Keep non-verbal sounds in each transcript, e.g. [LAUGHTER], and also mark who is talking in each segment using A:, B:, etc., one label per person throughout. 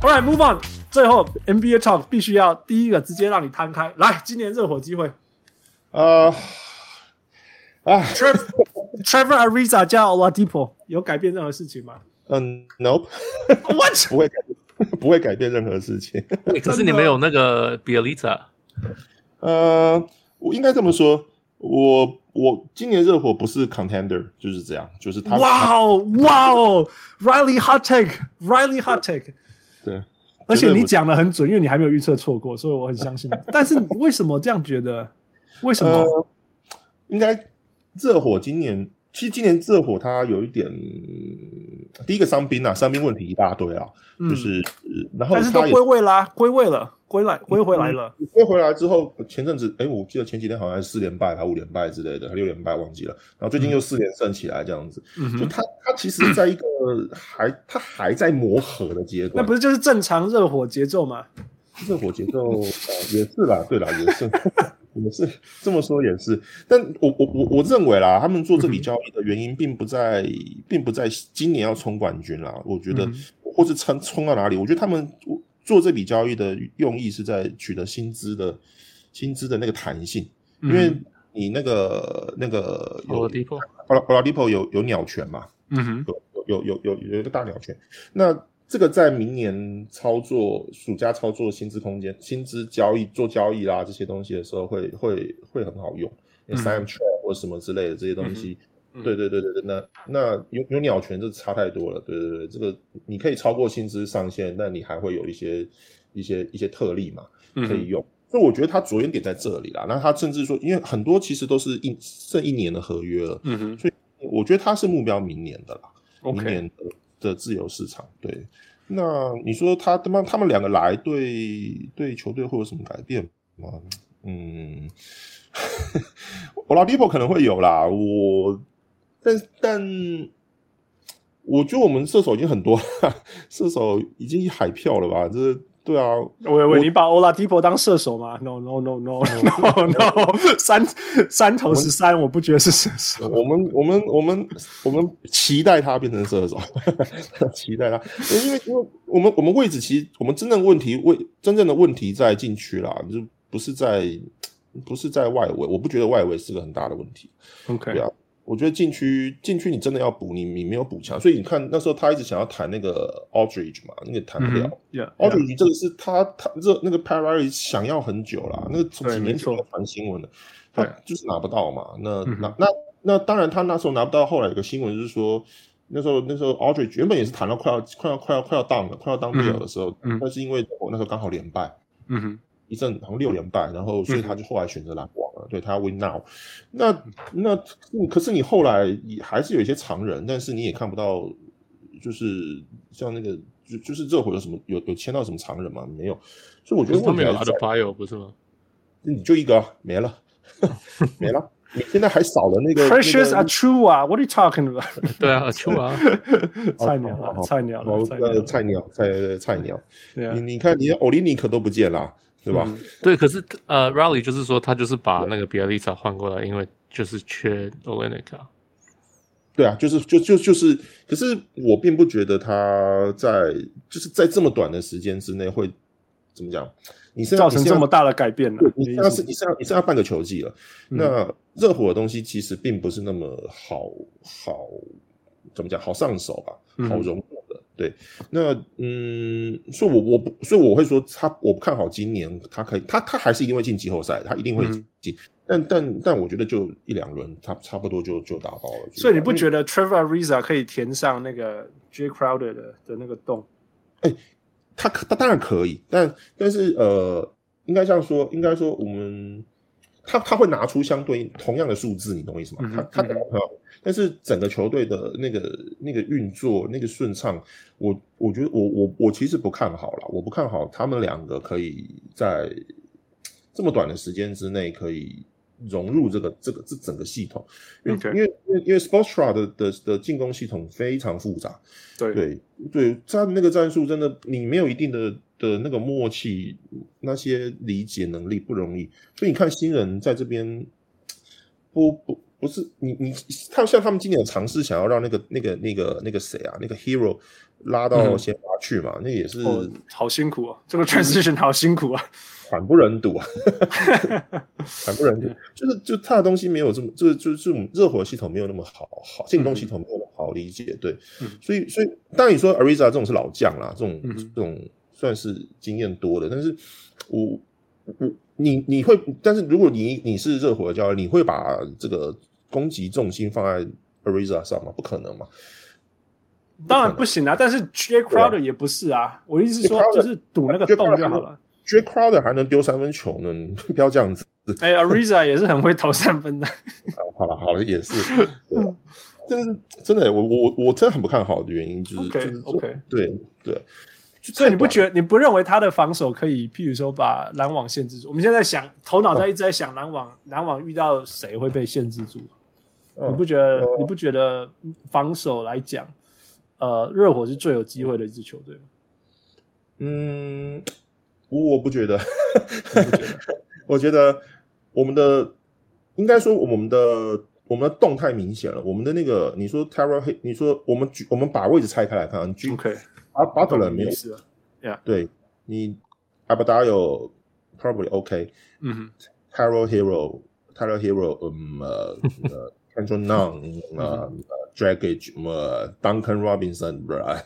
A: All right, move on。最后 NBA Top 必须要第一个直接让你摊开。来，今年热火机会
B: 呃，啊，
A: ，Trevor [LAUGHS] Trevor Ariza 加 Oladipo 有改变任何事情
B: [LAUGHS]
A: 吗
B: 嗯，nope，
A: ？What？
B: 不会改变， [LAUGHS] 不会改变任何事情。
C: 欸可是你们有那个 b i e l i t a
B: 呃，我应该这么说，我我今年热火不是 contender，就是这样，就是他
A: 哇哦哇哦，Riley Hot Take，Riley Hot Take。
B: 对，
A: 而且
B: 绝对
A: 你
B: 不
A: 讲的很准，因为你还没有预测错过，所以我很相
B: [LAUGHS]
A: 信你。但是你为什么这样觉得？为什么？
B: 呃，应该热火今年，其实今年热火它有一点，嗯第一个伤兵啊，伤兵问题一大堆啊，
A: 嗯
B: 就是，呃然后
A: 但是都
B: 他也嗯
A: 归位啦，归位了，归来归回来了。
B: 归回来之后，前阵子哎，我记得前几天好像是四连败还五连败之类的，还六连败忘记了，然后最近又四连胜起来这样子，
A: 嗯
B: 就
A: 哼，
B: 他他其实在一个还他还在磨合的阶
A: 那
B: 段，
A: 不是就是正常热火节奏嘛？
B: 热火节奏、呃、也是啦，对啦，也是， [LAUGHS] 也是这么说也是。但我我我我认为啦，他们做这
A: 嗯
B: 笔交易的原因，并不在，并不在今年要冲冠军啦。我觉得，
A: 嗯
B: 或是冲冲到哪里，我觉得他们做这笔交易的用意是在取得薪资的薪资的那个弹性，因为
A: 嗯
B: 你那个那个
C: 我
B: 有
C: 的 p o
B: 布拉布拉迪波有有鸟权嘛，
A: 嗯哼，
B: 有有有有有一个大鸟权。那这个在明年操作暑假操作薪资空间、薪资交易做交易啦这些东西的时候会，会会很好用。
A: 嗯
B: Sam t r a 或什么之类的这些东西，
C: 嗯哼嗯
B: 对对对对对，那那有有鸟权这差太多了，对对对，这个你可以超过薪资上限，但你还会有一些一些一些特例嘛，
A: 嗯
B: 可
C: 嗯
B: 以用。所以我觉得他着眼点在这里啦。那他甚至说，因为很多其实都是一剩一年的合约了，
C: 嗯哼
B: 我觉得他是目标明年的啦。明年的的自由市场。对，那你说他他们他们两个来对对球队会有什么改变吗？嗯， [LAUGHS] 我老 d i p o 可能会有啦，我但但我觉得我们射手已经很多了， [LAUGHS] 射手已经一海票了吧？这对啊，
A: 喂喂，你把 Oladipo 当射手吗？No No No No [LAUGHS] No No，三三投十三，我不觉得是射手。
B: 我们我们我们我们期待他变成射手， [LAUGHS] 期待他，因为因为我们我们位置其实我们真正问题位真正的问题在禁区啦，就不是在不是在外围，我不觉得外围是个很大的问题。
A: [LAUGHS] OK，
B: 对啊我觉得禁区禁区你真的要补，你你没有补强，所以你看那时候他一直想要谈那个 Aldridge 嘛，那个谈不了。
A: 嗯 Yeah，
B: 奥利这个是他他这那个 Parry 想要很久啦，那个从
A: 对
B: 几年
A: 没错
B: 前就传新闻了，他
A: 对
B: 就是拿不到嘛。那
A: 嗯哼
B: 那那那当然，他那时候拿不到，后来有个新闻就是说，那时候那时候 Aldridge 原本也是谈到快要快要快要快要当了，快要当队友的时候，
A: 嗯嗯
B: 但是因为我那时候刚好连败，
A: 嗯哼，
B: 一阵好像六连败，然后所以他就后来选择篮网了，对他要 win now。那那嗯可是你后来也还是有一些常人，但是你也看不到，就是像那个就就是热火有什么有有签到什么常人吗？没有，所以我觉得
C: 他
B: 问题
C: 们有
B: 还是
C: a d
B: 在
C: p i o 不是吗？
B: 你就一个啊没了， [LAUGHS] 没了，你现在还少了那个
A: Precious
B: 那
A: are
B: 个
A: true 啊，What are you talking
B: [LAUGHS]
A: about？
C: [LAUGHS] 对啊，秋啊，
A: 菜鸟了，菜鸟了，
B: 哦
A: 菜鸟啊
B: 呃
A: 了，
B: 菜鸟菜菜鸟，
A: 对啊
B: 你你看你欧利尼克都不见了，啊对吧？
A: 嗯
C: 对，可是呃 r a l l y 就是说他就是把那个 b i e l i t a 换过来，因为就是缺 Olenek 啊。
B: 对啊，就是就就就是，可是我并不觉得他在就是在这么短的时间之内会怎么讲，你现在
A: 造成这么，大的改变了啊
B: 你。
A: 你
B: 现
A: 的意
B: 在是
A: 思
B: 你现在你现在半个球季了，
A: 嗯
B: 那热火的东西其实并不是那么好好怎么讲好上手吧，
A: 嗯
B: 好融入的。对，那嗯，所以我我不，所以我会说他，我不看好今年他可以，他他还是一定会进季后赛，他一定会
A: 嗯
B: 进，但但但我觉得就一两轮，他差不多就就打包了。
A: 所以你不
B: 因为
A: 觉得 Trevor Ariza 可以填上那个 J Crowder 的的那个洞？
B: 他可他当然可以，但但是呃，应该这样说，应该说我们他他会拿出相对应同样的数字，你懂我意思吗
A: 嗯？哼
B: 他他
A: 嗯哼
B: 很好，但是整个球队的那个那个运作那个顺畅，我我觉得我我我其实不看好了，我不看好他们两个可以在这么短的时间之内可以融入这个这个这整个系统，因为
A: OK
B: 因为因为因为 Sportstra 的的的进攻系统非常复杂，
A: 对
B: 对对，他那个战术真的，你没有一定的的那个默契，那些理解能力不容易。所以你看新人在这边，不不不是你你，他像他们今年有尝试想要让那个那个那个那个谁啊，那个 Hero 拉到先发去嘛，那也是
A: 哦，好辛苦哦，这个 transition 好辛苦啊。
B: 惨不
A: [LAUGHS]
B: 忍睹啊，惨不忍睹。就是就他的东西没有这么，就是就是这种热火系统没有那么好，好进攻系统没有那么好理解。对，
A: 嗯
B: 所以所以当然你说 Ariza 这种是老将啦，这种、
A: 嗯哼
B: 这种算是经验多的，但是我我你你会，但是如果你你是热火的教练，你会把这个攻击重心放在 Ariza 上吗？不可能嘛。
A: 当然不行啊，但是 Jay
B: 对啊
A: Crowder 也不是啊。我意思是
B: Jay
A: 说，
B: Crowder-
A: 就
B: 啊
A: 是堵那个
B: Jay
A: 洞
B: Crowder
A: 就好了。
B: J Crowder 还能丢三分球呢，你不要这样子。
A: 哎，Ariza 也是很会投三分的。
B: 好了
A: 嗯
B: 好了，也是，
A: [LAUGHS]
B: 对啊，但是真的，我我我真的很不看好的原因就是
A: OK
B: 就是
A: OK，
B: 对对，啊就
A: 所以你
B: 太
A: 不
B: 短
A: 觉你不认为他的防守可以，譬如说把篮网限制住？我们现在想，头脑在一直在想篮网，篮网遇到谁会被限制住？
B: 嗯
A: 你不觉得
B: 呃？
A: 你不觉得防守来讲，呃，热火是最有机会的一支球队吗？
B: 嗯，我我不觉得， [LAUGHS] 我觉得我们的应该说我们的我们的动太明显了，我们的那个你说 Terra 黑，你说我们举我们把位置拆开来看，你举
A: OK，
B: 阿巴特勒没有
A: 意，思了。
B: 对你阿巴达有 probably OK，
A: 嗯哼，
B: Tyro Hero、Tyro Hero，嗯呃呃 c a n t r o n o n 呃
A: 嗯
B: Dragage，呃 Duncan Robinson，不然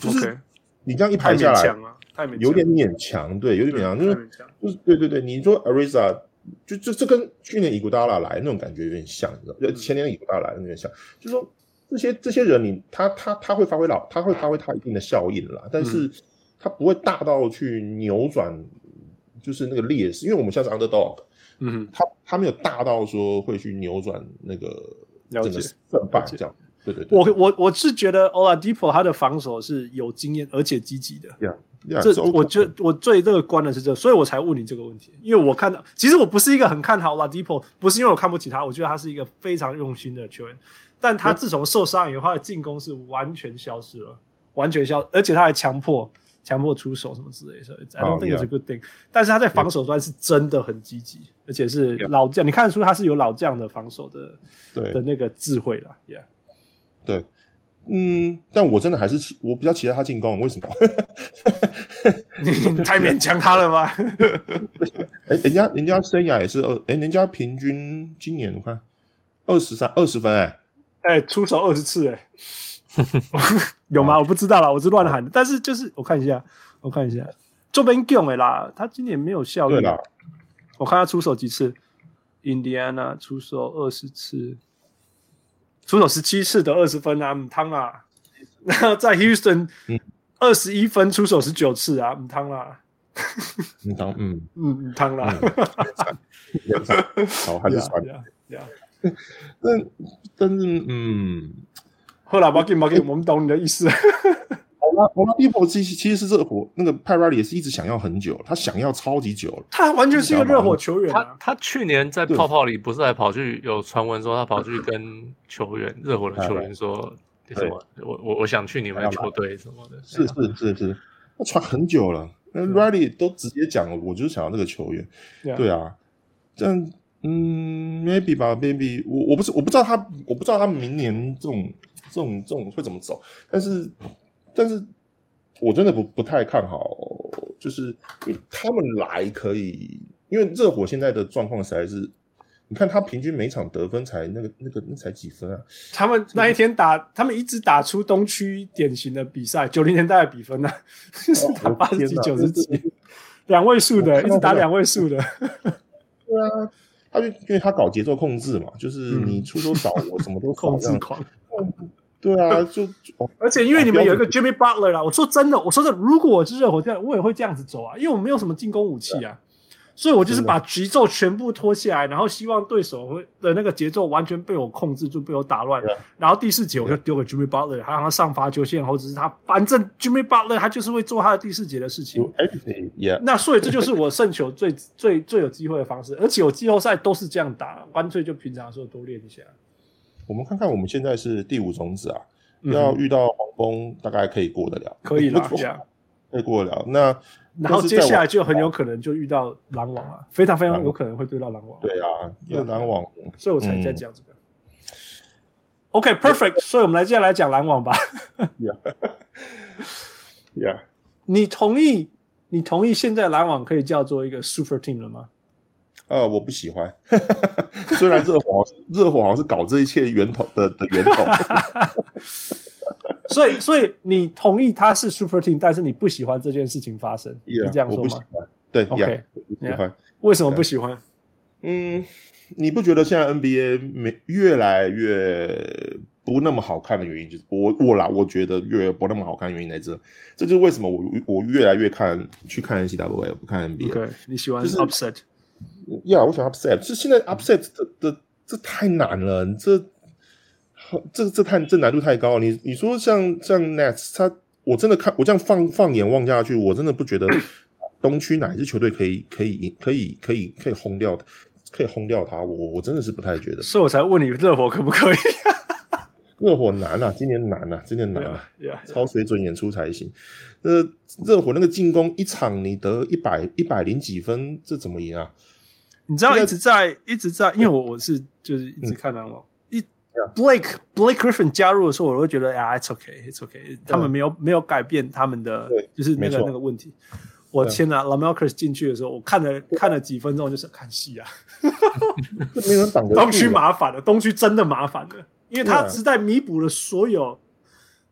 B: 就是啊
A: OK
B: 你这样一
A: 太
B: 排下
A: 勉
B: 来
A: 强，了，太勉强了，
B: 有点勉强，对，有点勉强，
A: 太
B: 就是
A: 勉强了。
B: 就是对对对，你说 Ariza，就这这跟去年伊古达拉来那种感觉有点像，你知道？
A: 嗯
B: 就前年伊古达拉来有点像，就是说这些这些人你，他他他会发挥老，他会发挥他一定的效应啦，但是
A: 嗯
B: 他不会大到去扭转，就是那个劣势，因为我们现在是 underdog，
A: 嗯哼，
B: 他他没有大到说会去扭转那个
A: 了
B: 整
A: 解
B: 个胜败
A: 了解
B: 这样，对对对，
A: 我我我是觉得 Oladipo 他的防守是有经验而且积极的。
B: Yeah，
A: 这
B: it's okay
A: 我觉得我最乐观的是这，所以我才问你这个问题，因为我看到，其实我不是一个很看好 Ladipo，不是因为我看不起他，我觉得他是一个非常用心的球员，但他自从受伤以后，他的进攻是完全消失了，完全消，而且他还强迫强迫出手什么之类的，所以 I don't think it's a good thing。但是他在防守端是真的很积极，而且是
B: Yeah.
A: 老将，你看得出他是有老将的防守的的
B: 对
A: 那个智慧了，Yeah。
B: 对，嗯，但我真的还是期我比较期待他进攻，为什么？ [LAUGHS]
A: 你 [LAUGHS] 太勉强他了吧？
B: 哎，人家人家生涯也是二，哎，人家平均今年我看二十三二十分，哎，
A: [LAUGHS] 哎、出手二十次、哎， [LAUGHS] 有吗？我不知道啦，我是乱喊的。但是就是我看一下，我看一下，这边 g 哎啦，他今年没有效率
B: 对啦。，
A: 我看他出手几次，Indiana 出手二十次，出手十七次得二十分啊，姆汤啊。 [LAUGHS] 然后在 Houston
B: 嗯
A: 二十一分出手十九次啊，姆汤啦，
B: 你当
A: [LAUGHS]
B: 嗯，
A: 嗯，姆汤啦，
B: 好，还是传，
A: 呀呀。
B: 但但是嗯，
A: 后来 Bucky Bucky，我们懂你的意思。 [LAUGHS]
B: 好啦，我拉蒂普其实其实是热火那个派拉里也是一直想要很久，他想要超级久了，
A: 他完全是一个热火球员
C: 他
A: 啊，
C: 他去年在
B: 对
C: 泡泡里不是还跑去有传闻说他跑去跟球员热火的球员说什么我我我想去你们球队什么的，
B: 是是是是，他啊传很久了。那 Riley 都直接讲了，我就是想要这个球员。
A: 啊对啊
B: 对啊，这样嗯，maybe 吧，maybe 我我不是我不知道他我不知道他明年这种这种这种会怎么走，但是但是我真的不不太看好，就是因为他们来可以，因为热火现在的状况实在是，你看他平均每场得分才那个那个那才几分啊，
A: 他们那一天打，他们一直打出东区典型的比赛，九零年代的比分呢、 [LAUGHS] 就是打
B: 我
A: 八
B: 的
A: 十
B: 天
A: 几、
B: 哪
A: 九十几，两位数
B: 我
A: 的，
B: 看
A: 一
B: 到
A: 直打
B: 这个
A: 两位数的。
B: 对啊，他就因为他搞节奏控制嘛，就是
A: 嗯
B: 你出手少，我什么都少
A: 控
B: 这
A: 制
B: 样
A: 狂。
B: 对啊，就就哦
A: 而且因为你们有一 [LAUGHS] 个 Jimmy Butler 啦，我说真的，我说真的，如果我是热火队，我也会这样子走啊，因为我没有什么进攻武器啊，所以我就是把节奏全部拖下来，然后希望对手会的那个节奏完全被我控制住，被我打乱
B: 对啊。
A: 然后第四节我就丢给 Jimmy Butler，他让他上罚球线，或者是他反正 Jimmy Butler 他就是会做他的第四节的事情
B: 就。everything yeah。 [LAUGHS]
A: 那所以这就是我胜球最 [LAUGHS] 最最有机会的方式，而且我季后赛都是这样打，干脆就平常的时候多练一下。
B: 我们看看我们现在是第五种子啊，
A: 嗯
B: 要遇到黄蜂大概可以过得了，，
A: 可以啦这样。
B: [LAUGHS] 可以过得了。那
A: 然后
B: 但是
A: 接
B: 在我
A: 下来就很有可能就遇到狼王啊，非常非常有可能会对到狼王，
B: 对啊，
A: 对啊
B: 越南网
A: 所以我才在讲这个。OK，perfect，、所以我们来接下来讲篮网吧。
B: ，Yeah，
A: [LAUGHS] 啊你同意你同意现在篮网可以叫做一个 Super Team 了吗？
B: 啊，我不喜欢。 [LAUGHS] 虽然热火好像热火好像是搞这一切源头的的源头，
A: 所以所以你同意他是 Super Team，但是你不喜欢这件事情发生 [LAUGHS] 你
B: Yeah，
A: 这样
B: 我
A: 说
B: 不喜
A: 吗？
B: 欢。对
A: OK，
B: ，Yeah，我不喜
A: Yeah
B: 欢。
A: 为什么不喜欢？
B: 嗯，你不觉得现在 NBA 没越来越不那么好看的原因，就是我我啦，我觉得越不那么好看的原因在这，这就是为什么我我越来越看去看 NCAA 不看 NBA。
A: 对，你喜欢
B: 就是
A: upset，
B: 呀，我想 upset，是现在
A: 嗯
B: upset 的的这太难了，你这这这太这难度太高了。你你说像像 Nets，他我真的看我这样放放眼望下去，我真的不
A: [COUGHS]
B: 觉得东区哪一支球队可以可以赢可以可以可以轰掉的，可以轰掉他。我我真的是不太觉得
A: 所以我才问你热火可不
B: [LAUGHS]
A: 可以？
B: 热火难啊，今年难啊，今年难啊。
A: yeah, yeah.
B: 超水准演出才行。呃，热火那个进攻一场你得一百一百零几分，这怎么赢啊？
A: 你知道
B: 这个
A: 一直在一直在，因为我我是就是一直看篮网。
B: 嗯
A: 一 Blake Blake Griffin 加入的时候，我会觉得啊，it's okay，it's okay，他们没有没有改变他们的
B: 嗯对
A: 就是那
B: 没
A: 个
B: 错
A: 那个问题。我天哪 l a m e l c u r s 进去的时候，我看了看了几分钟，就是看戏啊，
B: 这没人挡得住
A: [LAUGHS]
B: 啊
A: 东区麻烦了，东区真的麻烦了，因为他
B: 对啊
A: 是在弥补了所有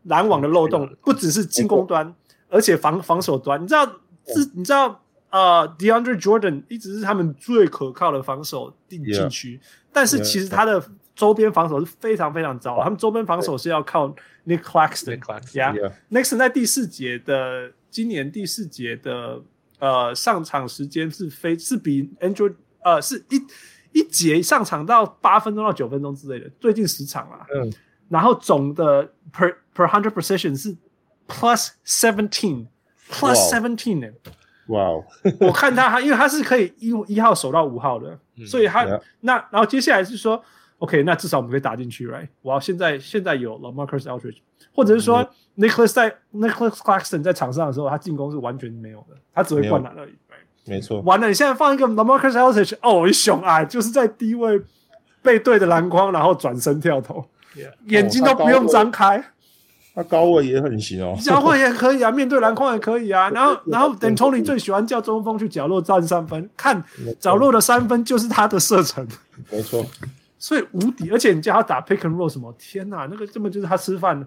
A: 篮网的漏
B: 嗯
A: 洞，
B: 啊
A: 不只是进攻端，而且防防守端。你知道，
B: 嗯
A: 是你知道，呃，DeAndre Jordan 一直是他们最可靠的防守禁
B: Yeah
A: 禁区但是
B: Yeah
A: 其实他的周边防守是非常非常糟的，他们周边防守是要靠 Nick Claxton
C: Nick Claxton，
A: 呀
B: Yeah
A: Nixon 在第四节的今年第四节的呃上场时间是非是比 Andrew 呃是一一节上场到八分钟到九分钟之类的，最近十场啦。
B: 嗯，
A: 然后总的 per per hundred possession 是 plus seventeen plus
B: 哇
A: seventeen 呢、
B: 哇哦，
A: [LAUGHS] 我看他，他因为他是可以一一号守到五号的，
C: 嗯
A: 所以他
B: Yeah
A: 那然后接下来是说，OK，那至少我们可以打进去，right？我要现在现在有 Lamarcus Aldridge，或者是说
B: 嗯
A: Nicholas 在 Nicholas Claxton 在场上的时候，他进攻是完全没有的，他只会
B: 没有
A: 灌篮而已。right？
B: 没错，
A: 完了，你现在放一个 Lamarcus Aldridge，哦，一熊啊，就是在低位背对着篮筐，然后转身跳投，
C: Yeah
A: 眼睛都不用张开。
B: 哦他高位也很行哦。
A: 交换也可以啊，面对篮筐也可以啊。然
B: [LAUGHS]
A: 后，然后等 Tony 最喜欢叫中锋去角落站三分，看角落的三分就是他的射程，
B: 没错，
A: [LAUGHS] 所以无敌。而且你叫他打 pick and roll 什么，天哪，那个根本就是他吃饭、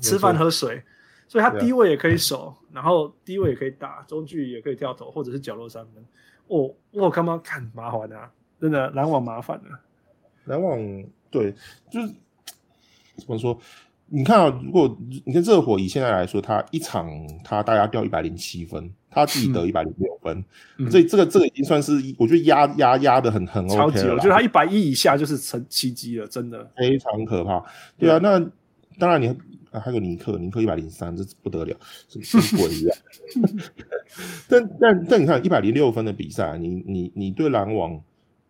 A: 吃饭喝水。所以他低位也可以守，然后低位也可以打，中距也可以跳投，或者是角落三分。哦，我干嘛看麻烦啊？真的篮网麻烦啊了、
B: 篮网对，就是怎么说？你看啊，如果你看热火以现在来说，他一场他大家掉一百零七分，他自己得一百零六分，
A: 嗯
B: 这这个这个已经算是我觉得压压压的很很
A: 超
B: OK
A: 级！
B: 了
A: 我
B: 啦，
A: 觉得他一百一以下就是成奇迹了，真的。
B: 非常可怕。对啊，那当然你啊还有尼克，尼克一百零三，这不得了，是不是鬼 [LAUGHS] 一样？但但但你看一百零六分的比赛，啊你你你对篮网，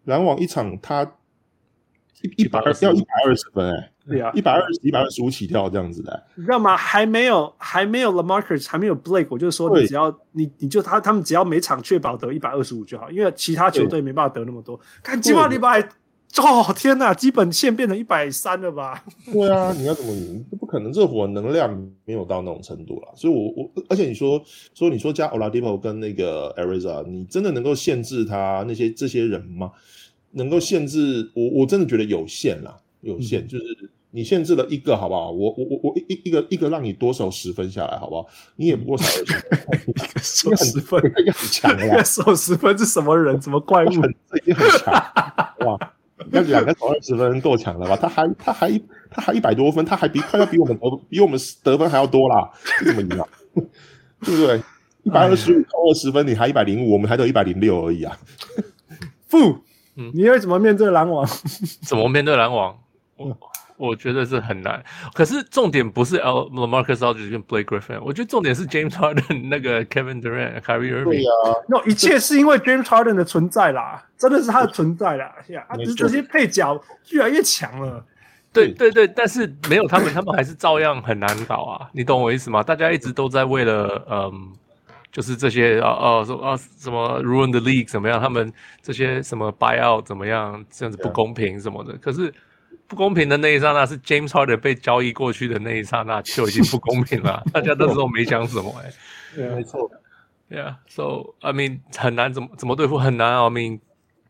B: 篮网一场他一一百二
C: 120
B: 要一百二十分哎、
A: 对啊，
B: 一百二十一百二十五起跳这样子的、哎
A: 你知道吗？还没有，还没有 Lamarcus，还没有 Blake，我就说你
B: 对
A: 只要你，你就他他们只要每场确保得一百二十五就好，因为其他球队没办法得那么多。看基本礼拜，哦天哪，基本线变成一百三了
B: [LAUGHS]
A: 吧？
B: 对啊，你要怎么赢？这不可能，热火能量没有到那种程度了。所以我，我而且你说说你说加 Oladipo 跟那个 Ariza，你真的能够限制他那些这些人吗？能够限制我，我真的觉得有限啦，有限。就是你限制了一个，好不好？我我我我一一个一个让你多守十分下来，好不好？你也不过才二十
A: 收
B: 分，
A: 十分， [LAUGHS]
B: 这个很强了啦。
A: 收十分是什么人？什么怪物？
B: 这已经很强 [LAUGHS] 哇！那两个投二十分够强了吧？他还他还他还一百多分，他还比快要比我们得比我们得分还要多啦，这怎么赢啊？ [LAUGHS] 对不对？一百二十五投二十分，你还一百零五，我们还得一百零六而已
A: [LAUGHS]
B: 啊！
A: 不，
C: 嗯
A: 你要怎么面对篮网？
C: 怎么面对篮网？我我觉得是很难。可是重点不是 L Marcus Aldridge 跟 Blake Griffin，我觉得重点是 James Harden 那个 Kevin Durant、Kyrie
B: 对
C: Irving。
B: 呀、
A: 那一切是因为 James Harden 的存在啦，真的是他的存在啦。呀，啊
B: 没
A: 这这
B: 错
A: 些配角越来越强了。
C: 对对对，但是没有他们，他们还是照样很难搞啊！ [LAUGHS] 你懂我意思吗？大家一直都在为了嗯，就是这些啊哦说啊什么 ruin the league 怎么样，他们这些什么 buy out 怎么样，这样子不公平什么的。可是不公平的那一刹那是 James Harden 被交易过去的那一刹那就已经不公平了，大家那时候没讲什么哎、
A: 对啊
B: 没错，
C: Yeah, so I mean 很难怎么怎么对付很难啊。I mean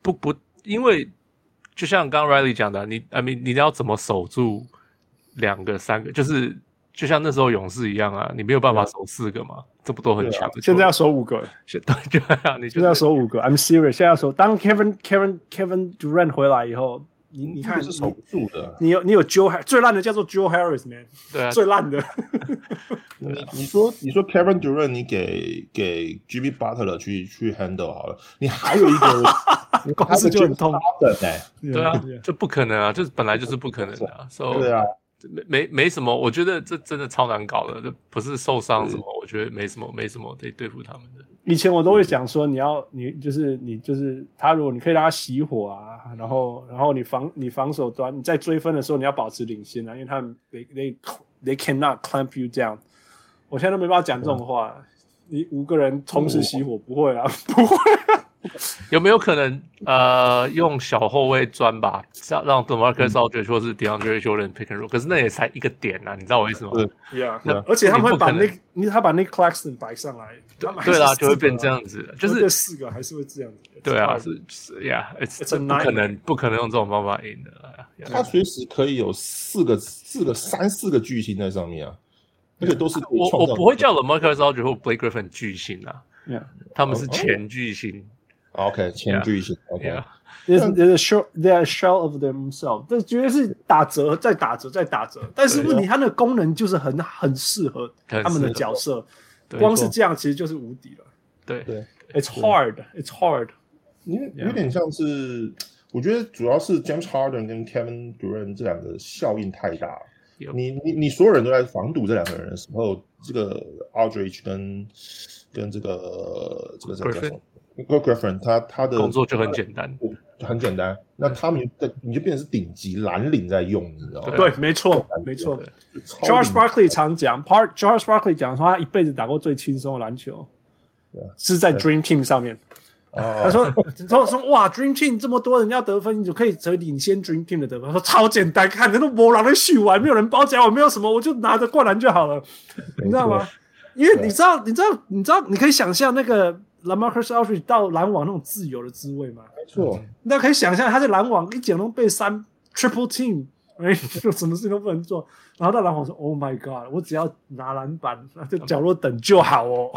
C: 不不，因为就像刚刚 Riley 讲的，啊你 I mean 你要怎么守住两个三个，就是就像那时候勇士一样啊，你没有办法守四个嘛，这不都很强的球
A: 啊现
C: 员？
A: 在要守五个，
C: 现在 [LAUGHS] 对啊，你
A: 现
C: 就是
A: 在要守五个。I'm serious，现在要守。当 Kevin Kevin Kevin Durant 回来以后，你你看
B: 这个是守不住的。
A: 你有你有 Joe Har- 最烂的叫做 Joe Harris man，
C: 对啊，
A: 最烂的。
B: 你你说你说 Kevin Durant，你给给 Jimmy Butler 去去 handle 好了，你还有一个
A: [LAUGHS]
B: 你
A: 公司就很痛
B: 的哎，
C: 对啊，这不可能啊，这本来就是不可能的、啊。So
A: 哦
B: 对啊，
C: 没没没什么，我觉得这真的超难搞的，这不是受伤什么，我觉得没什么没什么得对付他们的。
A: 以前我都会想说，你要你就是你就是他，如果你可以让他熄火啊，然后然后你防你防守端你在追分的时候你要保持领先啊，因为他们 they they they cannot clamp you down。我现在都没办法讲这种话，你五个人同时熄火不会啊， [LAUGHS] 不会啊。
C: 有没有可能呃用小后卫钻吧，让让 Demarcus Aldridge 或是 DeAndre Jordan pick and roll？可是那也才一个点啊，你知道我意思吗？
B: 对
A: Yeah，
B: 那
A: 而且他们会把
C: 你不可能
A: Nick 你他把 Nick Claxton 摆上来，他们还是
C: 对
A: 四
C: 啦，
A: 个
C: 就
A: 啊
C: 会变这，样子，就
A: 这
C: 是
A: 四个还是会这样子。
C: 对啊，
A: It's hard
C: 是是 Yeah，it's
A: It's a
C: 这不可
A: nightmare
C: 能不可能用这种方法赢的啦。Yeah
B: 他随时可以有四个四个三四个巨星在上面啊，而且都是可以
C: 我
B: 创造
C: 我不会叫 Demarcus Aldridge 或 Blake Griffin 巨星啊，
A: Yeah.
C: 他们是前巨星。
B: 啊 OK 前巨星 OK
C: Yeah。
A: There's, there's a shell, they're a shell of themselves，这绝对是打折，再打折，再打折。但是问题，它的功能就是很很适合他们的角色，
C: 对
A: 光是这样其实就是无敌了。
C: 对，
B: 对，
A: It's hard, it's hard。
B: 因为
A: Yeah
B: 有点像是，我觉得主要是 James Harden 跟 Kevin Durant 这两个效应太大了
C: Yep。
B: 你你你所有人都在防堵这两个人的时候，这个 Aldridge 跟跟这个这个这个叫什么 Griffin，他他的
C: 工作就很简单。
B: 很简单，那他们的你就变成是顶级蓝领在用，你知道吗？
A: 对，没错，没错。George Barkley 常讲，Part George Barkley 讲说，他一辈子打过最轻松的篮球
B: Yeah，
A: 是在 Dream Team 上面。他
B: 他
A: 说：“ [LAUGHS] 他说哇，Dream Team 这么多人要得分，你就可以只领先 Dream Team 的得分。”他说：“超简单，看人都没人的续完，没有人包夹我，没有什么，我就拿着灌篮就好了，你知道吗？因为你知道，你知道，你知道，你可以想象那个 LaMarcus Aldridge 到篮网那种自由的滋味吗？
B: 没错，
A: 那可以想象他在篮网一捡都被三 triple team，哎，就什么事情都不能做。然后到篮网说：‘Oh my God，我只要拿篮板，在角落等就好哦。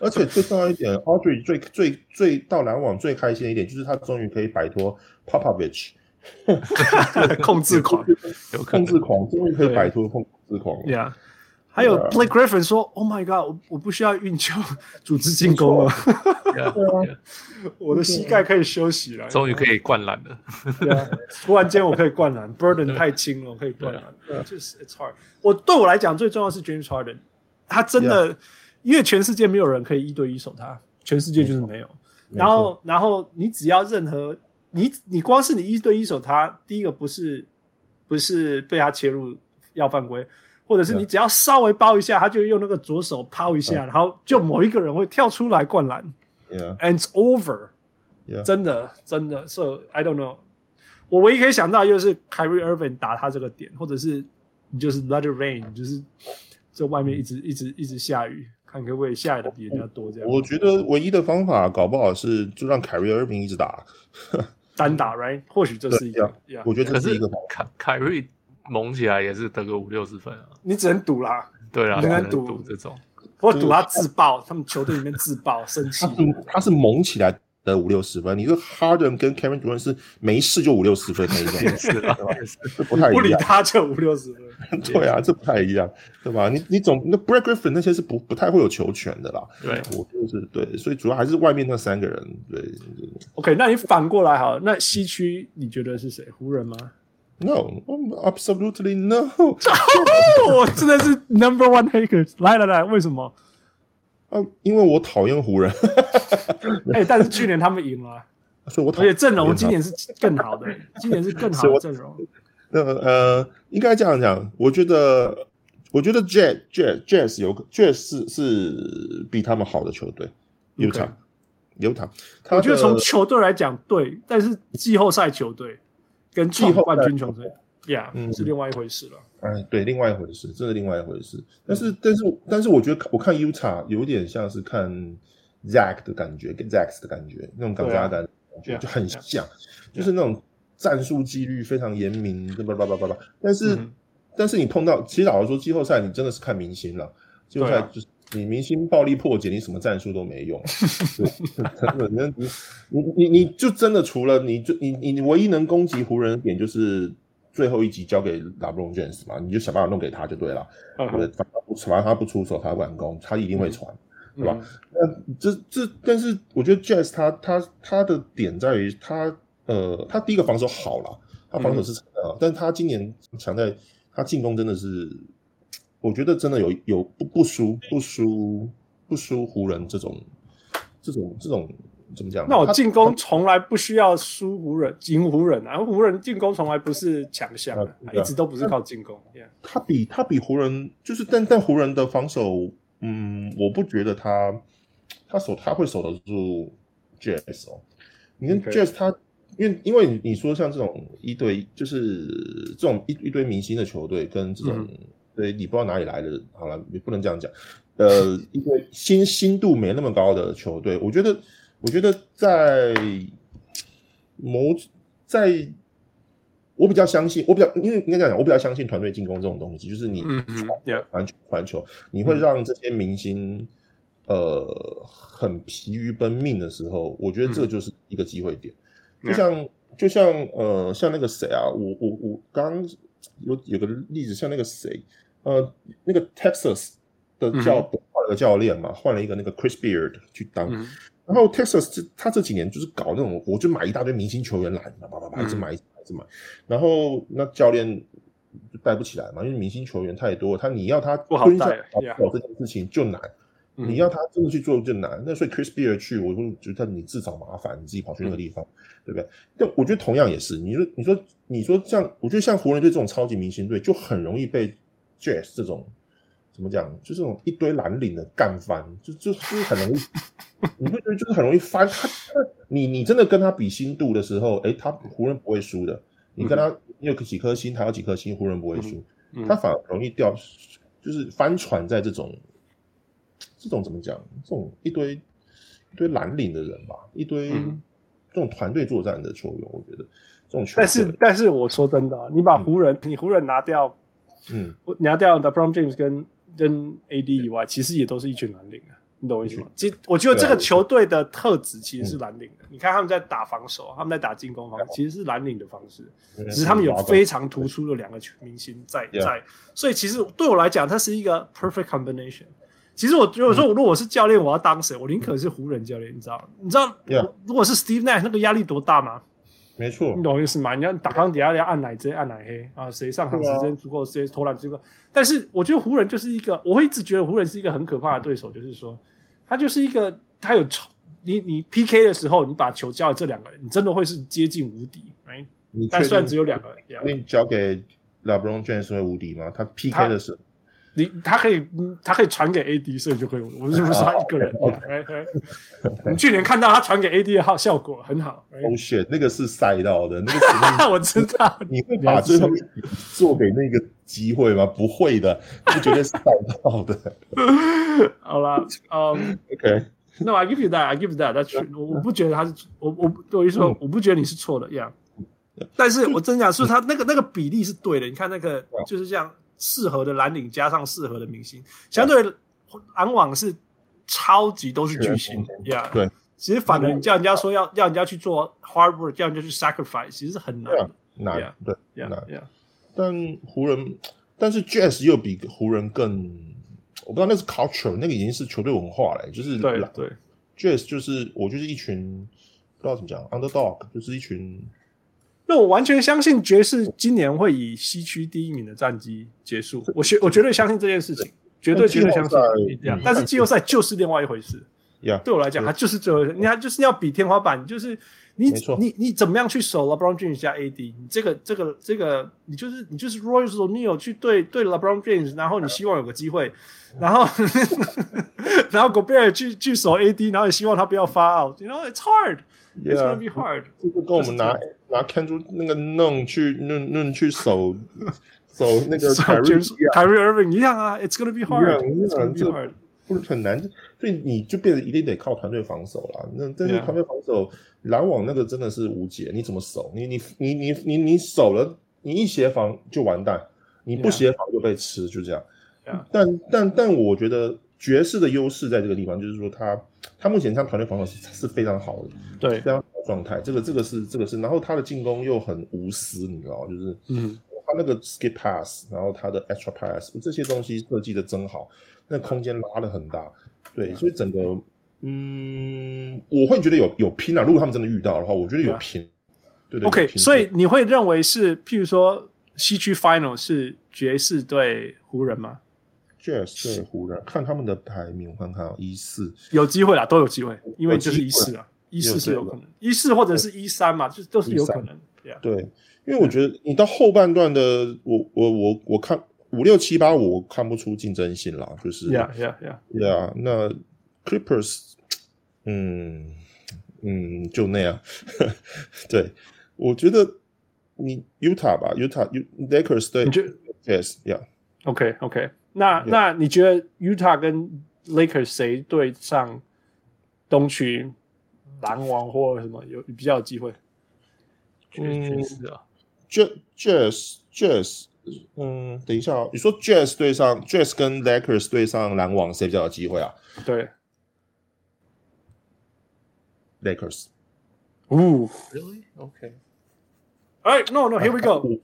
B: 而且最重要一点，Audrey 最最最到篮网最开心的一点，就是他终于可以摆脱 Popovich
A: [LAUGHS] 控制狂。”
C: 有可
B: 控
C: 能
B: 制狂，终于可以摆脱控制狂了。
A: Yeah，还有
C: 啊
B: Yeah.
A: Blake Griffin 说：“Oh my god，我我不需要运球组织进攻了，
C: Yeah, yeah.
A: 我的膝盖可以休息了。”
C: 终于可以灌篮了。
A: [LAUGHS] 对啊，突然间我可以灌篮，burden 太轻了，我可以灌篮，就是 it's hard。我对我来讲最重要是 James Harden，他真的，因为全世界没有人可以一对一守他，全世界就是没有。
B: 没错
A: 然后，然后你只要任何你你光是你一对一守他，第一个不是不是被他切入要犯规。或者是
B: Yeah
A: 你只要稍微包一下，他就用那个左手抛一下，然后就某一个人会跳出来灌篮。
B: Yeah,
A: and it's over。
B: Yeah.
A: 真的，真的，so I don't know。我唯一可以想到就是 Kyrie Irving 打他这个点，或者是你就是 let it rain，就是这外面一直一直一直下雨，看可不可以下的比人家多这样。
B: 嗯我觉得唯一的方法，搞不好是就让凯瑞尔宾一直打。
A: 单打 right，或许这是一个
B: 对
A: yeah，
B: 我觉得
C: 可
B: 这是
C: 是
B: 一个方法。
C: 凯凯瑞猛起来也是得个五六十分啊。
A: 你只能赌啦，
C: 对啊，
A: 你
C: 只
A: 敢
C: 能
A: 赌
C: 赌
A: [LAUGHS]
C: 这种。
A: 或赌他自爆，他们球队里面自
B: [LAUGHS]
A: 爆生气
B: 他。是他是猛起来的五六十分，你说 Harden 跟 Kevin Durant 是没事就五六十分那一种，
C: 也是啊，也是
B: 这不太一
A: 不理
B: 样。
A: 他就五六十分，
B: 对啊，这不太一样，对吧？你你总那 Brad Griffin 那些是不不太会有球权的啦。
C: [LAUGHS] 对，
B: 我就是对，所以主要还是外面那三个人，对
A: OK，那你反过来好了，那西区你觉得是谁？湖人吗？
B: ，no，absolutely no，
A: [LAUGHS] 我真的是 number one hater。来来来，为什么？
B: 啊，因为我讨厌湖人， [LAUGHS]
A: [LAUGHS] 哎、但是去年他们赢了啊，
B: 所以我
A: 而
B: 讨
A: 且
B: 厌
A: 阵容
B: 他
A: 今年是更好的，今年是更好
B: 所以
A: 的
B: 我
A: 阵容。
B: 那呃，应该这样讲，我觉得，我觉得 Jazz Jazz Jazz 有 Jazz 是是比他们好的球队，犹他，犹他，他
A: 我觉得
B: 的
A: 从球队来讲对，但是季后赛球队跟季
B: 季
A: 后
B: 后赛
A: 冠军球队， ，Yeah，、
B: 嗯
A: 是另外一回事了。
B: 哎，对，另外一回事，这是另外一回事。但是，但是，但是，我觉得我看 U 叉有点像是看 Zack 的感觉，跟 Zack 的感觉，那种港
A: 对啊
B: 扎感觉、
A: 对啊
B: 就很
A: 对啊
B: 像，就是那种战术纪律非常严明，叭叭叭叭叭。但是，
A: 嗯
B: 但是你碰到，其实老实说，季后赛你真的是看明星了，季后
A: 对
B: 赛
A: 啊
B: 就是。你明星暴力破解，你什么战术都没用、啊对， [LAUGHS] 真的，那你你你你就真的除了你就你你你唯一能攻击湖人的点就是最后一集交给 LeBron James 嘛，你就想办法弄给他就对了。
A: 嗯
B: 对
A: 哼，
B: 反正不反正他不出手，他不敢攻，他一定会传。
A: 嗯
B: 对吧那这这，但是我觉得 Jazz 他他他的点在于他呃，他第一个防守好了，他
A: 嗯
B: 防守是强的，但是他今年强在他进攻真的是，我觉得真的有有不不输不输不输湖人这种这种这种怎么讲？
A: 那我
B: 他
A: 进攻从来不需要输湖人、赢湖人啊，湖人进攻从来不是强项啊
B: 啊，对啊
A: 一直都不是靠进攻。Yeah，
B: 他比他比湖人就是，但但湖人的防守，嗯，我不觉得他他守他会守得住 Jazz 哦。你看
A: OK
B: Jazz 他因为因为你你说像这种一对一就是这种一一堆明星的球队跟这种、
A: 嗯
B: 对你不知道哪里来的，好了，也不能这样讲。呃，一个心心度没那么高的球队，我觉得，我觉得在某在，我比较相信，我比较因为应该这样讲，我比较相信团队进攻这种东西，就是你
A: 嗯嗯，Yeah，
B: 传球传球，你会让这些明星呃很疲于奔命的时候，我觉得这就是一个机会点。
A: 嗯
B: 就像就像呃像那个谁啊，我我我刚有有个例子，像那个谁呃那个 Texas 的教换了个教练嘛，换了一个那个 Chris Beard 去当，
A: 嗯
B: 然后 Texas 这他这几年就是搞那种，我就买一大堆明星球员来，叭叭叭叭，一直买，一直买，一直买。然后那教练就带不起来嘛，因为明星球员太多，他你要他
A: 不好
B: 蹲下
A: 带
B: 来搞
A: yeah
B: 这件事情就难，
A: 嗯
B: 你要他真的去做就难。那所以 Chris Beard 去，我就觉得你自找麻烦，你自己跑去那个地方，
A: 嗯
B: 对不对？但我觉得同样也是，你说你说你说像，我觉得像湖人队这种超级明星队就很容易被 Jazz 这种怎么讲，就这种一堆蓝领的干翻，就就就是很容易， [LAUGHS] 你会觉得就是很容易翻他。他你你真的跟他比心度的时候，诶，他湖人不会输的。你跟他你有几颗星，他有几颗星，湖人不会输，
A: 嗯
B: 他反而容易掉，就是翻船在这种这种怎么讲，这种一堆一堆蓝领的人吧，一堆
A: 嗯
B: 这种团队作战的球员，我觉得这种球队，
A: 但是但是我说真的啊，你把湖人，你湖人拿掉，
B: 嗯，
A: 拿掉 The Brown James 跟跟 AD 以外，其实也都是一群蓝领啊，你懂我意思吗？其实我觉得这个
B: 对啊
A: 球队的特质其实是蓝领的，你看他们在打防守，他们在打进攻方式，其实是蓝领的方式。只是他们有
B: 嗯
A: 非常突出的两个球明星在
B: Yeah.
A: 在，所以其实对我来讲，它是一个 perfect combination。其实我如果说如果我是教练，我要当谁？我宁可是湖人教练，你知道吗？你知道
B: Yeah.
A: 如果是 Steve Nash 那个压力多大吗？
B: 没错
A: 你，懂我意思吗？你要打钢底下要按奶直接按奶黑啊，谁上场时
B: 对
A: 间足够，谁投篮足够。但是我觉得湖人就是一个，我会一直觉得湖人是一个很可怕的对手，就是说他就是一个他有冲你你 PK 的时候，你把球交给这两个人，你真的会是接近无敌。哎，
B: 你
A: 但
B: 确
A: 虽然
B: 定
A: 只有两个人，yeah，
B: 确定交给 LeBron James 会无敌吗？他 PK 的时候，
A: 你他可以，嗯他可以传给 AD，所以就可以。我是不是他一个人？哎哎我们去年看到他传给 AD 的号效果很好。哎
B: Oh shit，那个是赛道的，那个
A: [LAUGHS]
B: 肯定
A: 我知道，
B: 你会把最后一集做给那个机会吗？不会的，这绝对是赛道的。
A: [LAUGHS] 好了，嗯
B: OK， [LAUGHS]
A: [LAUGHS] ，No, I give you that, I give you that. That's true. 我我不觉得他是，我我我意思说
B: 嗯，
A: 我不觉得你是错的呀。Yeah 但是我真讲说，他那个那个比例是对的。你看那个
B: 啊
A: 就是这样，适合的蓝领加上适合的明星，相
B: 啊
A: 对的篮网是超级都是巨星呀。
B: 对，
A: 其实反而你叫人家说要要人家去做 hard work，叫人家去 sacrifice，其实是很难
B: 啊
A: 的。
B: 难
A: Yeah
B: 对
A: Yeah,
B: 难。
A: yeah.
B: 但湖人，但是 Jazz 又比湖人更，我不知道那是 culture，那个已经是球队文化了，就是
A: 对对，
B: Jazz 就是我就是一群不知道怎么讲 underdog，就是一群
A: 那我完全相信爵士今年会以西区第一名的战绩结束，我绝我绝对相信这件事情，绝对
B: 但
A: 绝对相
B: 季
A: 信
B: 后赛。
A: Yeah，
B: 嗯
A: 但是季后赛就是另外一回事。
B: 呀
A: 对我来讲，它就是最后一个，你看就是要比天花板，就是你
B: 没错
A: 你你怎么样去守 LeBron James 加 AD，你这个这个这个，你就是你就是 Royce O'Neal 去对对 LeBron James，然后你希望有个机会，然后 [LAUGHS] 然后 Gobert 去去守 AD，然后你希望他不要发 out，you know it's hard，it's gonna
B: yeah，
A: be hard，
B: 这个跟我们拿拿 Kendrick 那个弄去弄弄
A: [LAUGHS]
B: 去守守 [LAUGHS] 那个
A: So
B: 凯瑞
A: James- Kyrie Irving 一样啊，It's gonna be hard. It's gonna be
B: 这
A: hard.
B: 不是很难，所以你就变得一定得靠团队防守啦。那但是
A: Yeah
B: 团队防守篮网那个真的是无解，你怎么守？你你你你你你守了，你一协防就完蛋，你不
A: Yeah
B: 协防就被吃，就这样。
A: Yeah
B: 但但但我觉得爵士的优势在这个地方，就是说他他目前他团队防守是是非常好的，
A: 对，
B: 非常好的状态。这个这个是这个是，然后他的进攻又很无私，你知道吗，就是
A: 嗯，
B: 他那个 skip pass，然后他的 extra pass 这些东西设计的真好，那空间拉的很大，对，
A: 啊
B: 所以整个，嗯，我会觉得有有拼啊。如果他们真的遇到的话，我觉得有拼。对对有
A: 啊 OK，
B: 拼
A: 所以你会认为是，譬如说西区 Final 是爵士对湖人吗？
B: Jazz 对湖人，看他们的排名，我看看一四，
A: 有机会啦，都有机会，因为
B: 有机
A: 就
B: 会
A: 是一四啊，一四是有
B: 有机
A: 可
B: 会 E
A: 能，一四或者是一三嘛，就都是有可能。对啊，
B: 对，因为我觉得你到后半段的，我我我我看五六七八，我看不出竞争性啦，就是
A: yeah yeah yeah，
B: 对啊，那 Clippers，嗯嗯，就那样。 [LAUGHS] 对，我觉得你 Utah 吧，Utah U Lakers 对
A: 你觉
B: Yes，Yeah，
A: OK OK，那
B: Yeah
A: 那你觉得 Utah 跟 Lakers 谁对上东区篮网或什么有比较有机会？
C: 确实啊，
B: Jazz Jazz Jazz，嗯，等一下哦，你说 Jazz 对上 Jazz 跟 Lakers 对上篮网，谁比较有机会啊
A: 对，
B: ？Lakers，
A: 呜，
C: Really? OK，
A: 哎，no no，here we
B: [LAUGHS]
A: go，
B: 我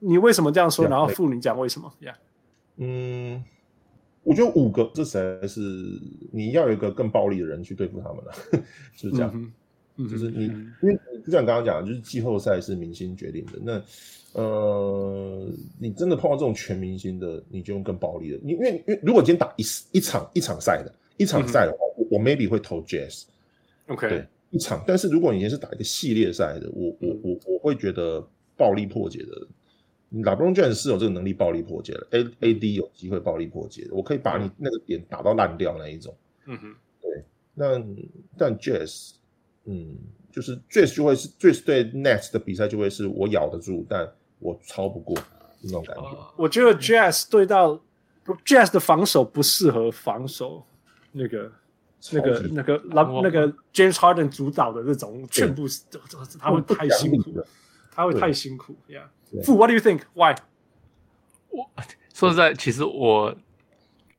A: 你为什么这样说？
B: Yeah，
A: 然后
B: 对
A: 妇女讲为什么？Yeah，
B: 嗯，我觉得五个这实在是你要有一个更暴力的人去对付他们了，啊 [LAUGHS] 就是这样。
A: 嗯哼，
B: 就是你，
A: 嗯
B: 因为你就像刚刚讲的，就是季后赛是明星决定的。那呃，你真的碰到这种全明星的，你就用更暴力的。你因为因为如果今天打一一场一场赛的，一场赛的话，我我 maybe 会投 Jazz
A: 哼，OK，
B: 对一场。但是如果你今天是打一个系列赛的，我
A: 嗯
B: 我我我会觉得暴力破解的。拉布隆卷是有这个能力暴力破解的，A A D 有机会暴力破解的，我可以把你那个点打到烂掉那一种。
A: 嗯哼，
B: 那但 Jazz，嗯，就是 Jazz 就会是 Jazz 对 Nets 的比赛就会是我咬得住，但我超不过那种感觉。
C: 啊
A: 我觉得 Jazz 对到 Jazz 的防守不适合防守那个那
B: 超
A: 个
B: 级
A: 那个那
C: 我
A: 那个 James Harden 主导的那种全部是，他会太辛
B: 不讲理
A: 苦
B: 的，
A: 他会
B: 对
A: 太辛苦。Yeah，
B: 对
A: 傅，What do you think? Why？
C: 说实在，其实我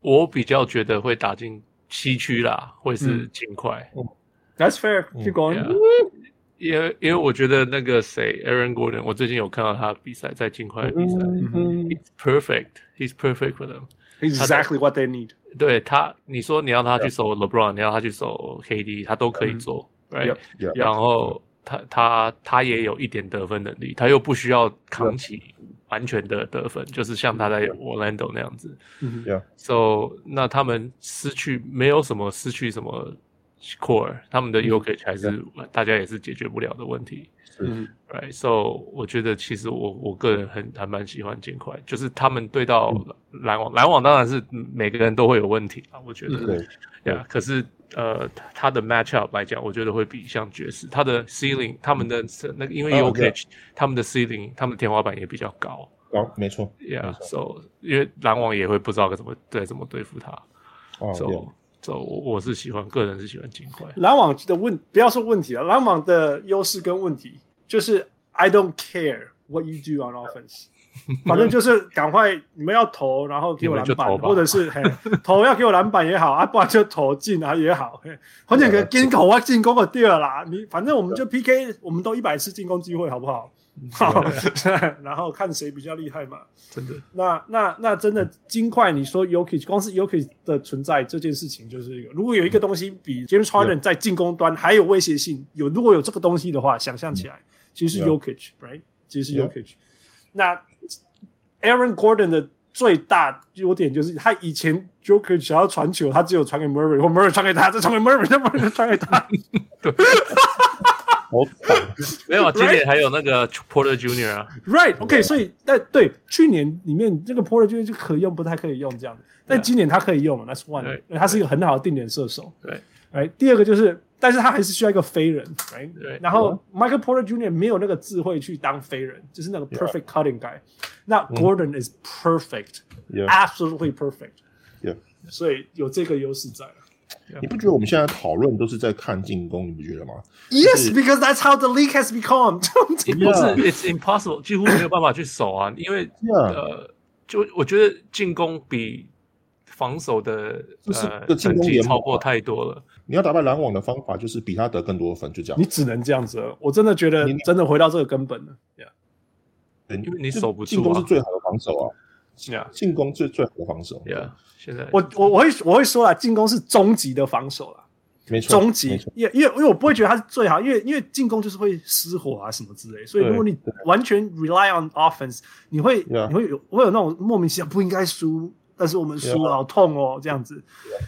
C: 我比较觉得会打进西区啦，会是
A: 嗯
C: 尽快。
A: That's fair. Keep going.
C: Yeah 因为因为我觉得那个谁，Aaron Gordon，我最近有看到他比赛，在尽快的比赛、
A: 嗯
C: h e s perfect，he's perfect for them 他在
A: Exactly what they need.
C: 对他，你说你要他去守 LeBron，你要他去守 KD，他都可以做、
A: 嗯 Yep
C: right？
A: [LAUGHS]
B: Yeah，
C: 然后他他他也有一点得分能力，他又不需要扛起完全的得分，就是像他在 Orlando 那样子。
A: 嗯哼
B: Yeah
C: So 那他们失去没有什么失去什么 core，他们的 y o k i 还是大家也是解决不了的问题。
A: 嗯哼
C: Right, so 我觉得其实我我个人很还蛮喜欢金块，就是他们对到篮网，篮网当然是每个人都会有问题啊，我觉得，
A: 嗯
B: 对
C: 对啊，可是呃，他的 match up 来讲，我觉得会比像爵士，他的 ceiling，他们的那个因为
B: 哦
C: u k
B: 对
C: i 他们的 ceiling，他们的天花板也比较高
B: 好，没错，没错
C: ，Yeah，so 因为篮网也会不知道该怎么对怎么对付他
B: 啊，
C: ，so
B: 对
C: so 我我是喜欢个人是喜欢金块，
A: 篮网的问不要说问题了，篮网的优势跟问题就是 I don't care what you do on
C: [LAUGHS]
A: offense，反正就是赶快你们要投，然后给我篮
C: 你们就投
A: 板，
C: 吧
A: 或者是
C: [LAUGHS]
A: 嘿投要给我篮板也好啊，不然就投进啊也好，嘿反正个进口啊进攻我第二啦，你反正我们就 PK，我们都一百次进攻机会好不好？好， [LAUGHS] 然后看谁比较厉害嘛。
C: 真
B: [LAUGHS]
C: 的
A: 那那那真的金块，你说 Yuki 光是 Yuki 的存在这件事情，就是一个如果有一个东西比 James Harden 在进攻端还有威胁性，有如果有这个东西的话，想象起来其实是
B: Yeah.
A: Yuki，right？其实是
B: Yeah.
A: Yuki。那 Aaron Gordon 的最大优点就是他以前 Joker 想要传球，他只有传给 Murray 或 Murray 传给他，再传给 Murray，再 Murray 传给他。
B: 好惨，
C: 没有，啊，今年还有那个 Porter Junior 啊，
A: Right，OK，、所以但对去年里面这个 Porter Jr. 就可以用，不太可以用这样的，但今年他可以用了，That's one，
C: 对
A: 因为他是一个很好的定点射手。
C: 对，
A: 哎，第二个就是但是他还是需要一个飞人，right？
C: 对
A: 然后 Michael Porter Jr. 没有那个智慧去当飞人，就是那个 perfect cutting guy。那 Gordon is perfect，
B: Yeah,
A: absolutely perfect，
B: yeah.
A: 所以有这个优势在了。
B: 你不觉得我们现在讨论都是在看进攻，你不觉得吗？
A: Yes, because that's how the league has become
C: 不是，it's impossible，几乎没有办法去守啊，因为
B: Yeah，
C: 呃，就我觉得进攻比防守的
B: 就是
C: 呃
B: 个进
C: 成
B: 攻
C: 绩
B: 联盟
C: 超过
B: 啊
C: 太多了。
B: 你要打败篮网的方法就是比他得更多分，就这样
A: 你。只能这样子了。我真的觉得
B: 你
A: 真的回到这个根本了。Yeah,
B: 因
C: 因为你守不住啊
B: 进攻是最好的防守啊，
C: Yeah,
B: 进攻最最好的防守。
C: yeah，现在
A: 我我我会我会说啦，进攻是终极的防守啦。
B: 没错，
A: 终极
B: 啊没错，
A: 因为因为因为我不会觉得他是最好，因为因为进攻就是会失火啊什么之类，所以
B: 对
A: 如
B: 啊
A: 果你完全 rely on offense，你会
B: Yeah
A: 你会有会有那种莫名其妙不应该输，但是我们输
B: Yeah
A: 了好痛哦这样子。
B: 啊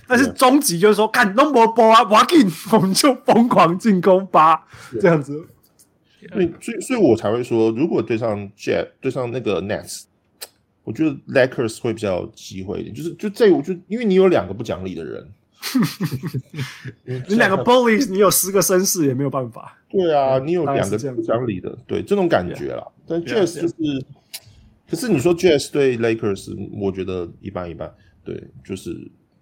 A: 但是终极就是说，干 no more ball 啊 w a l k i n [LAUGHS] 我们就疯狂进攻吧，这样子。
B: 所以所以所以我才会说，如果对上 Jet 对上那个 Nets，我觉得 Lakers 会比较有机会一点。就是就这，我就因为你有两个不讲理的人，
A: 你两个 bullies，你有十个绅士也没有办法。
B: 对啊，你有
A: 嗯当然
B: 两
A: 是
B: 个
A: 这样啊
B: 不讲理的，对这种感觉啦。但 Jazz 就是，可是你说 Jazz 对 Lakers，我觉得一般一般。对，就是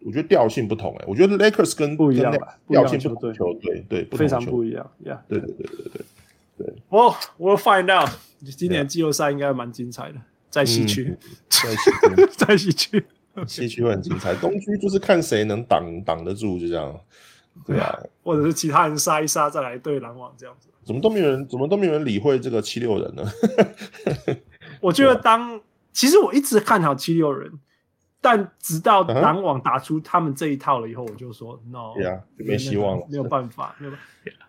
B: 我觉得调性不同哎、我觉得 Lakers 跟
A: 不一样
B: 跟
A: 吧不一样
B: 调性不
A: 球队
B: 同球队，对，不同
A: 非常
B: 球
A: 不一样，Yeah。
B: 对对对对对。
A: Well, we'll find out。今年季后赛应该蛮精彩的，在西
B: 嗯
A: 区，
B: 在西区
A: [LAUGHS] 在西区。
B: 西区会很精彩，东区就是看谁能挡挡得住，就这样。对啊，
A: 或者是其他人杀一杀再来对篮网这样子。
B: 怎么都没有人，怎么都没有人理会这个七六人呢？
A: 我觉得当其实我一直看好七六人，但直到
B: 嗯哼
A: 篮网打出他们这一套了以后，我就说 no，
B: 对啊，就没希望了。
A: 哦没有办法，没有办法。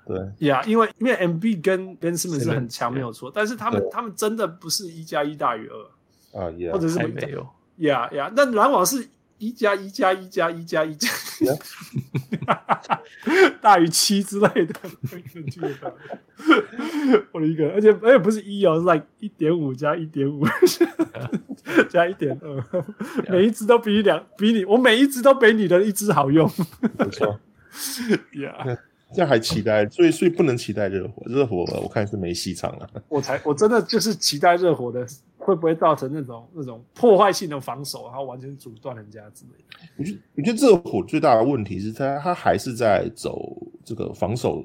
B: 对，
A: 呀、yeah,，因为因为 M B 跟 Ben Simmons
C: Simmons，
A: 是很强，
C: yeah
A: 没有错，但是他们
B: 对
A: 他们真的不是一加一大于二，
B: 啊，Yeah，
A: 或者是
C: 还没有。
A: 呀呀，那篮网是一加一加一加一加一加 [LAUGHS] 大于七之类的，我的一个，而且而且不是一哦，是 like 一点五加一点五加一点二，每一只都比你两比你，我每一只都比你的一只好用。
B: 没错。
A: Yeah，
B: 这样还期待，所以所以不能期待热火，热火我看是没戏唱了。
A: 我才我真的就是期待热火的会不会造成那种那种破坏性的防守，然后完全阻断人家之类的。
B: 我觉得我觉得热火最大的问题是他他还是在走这个防守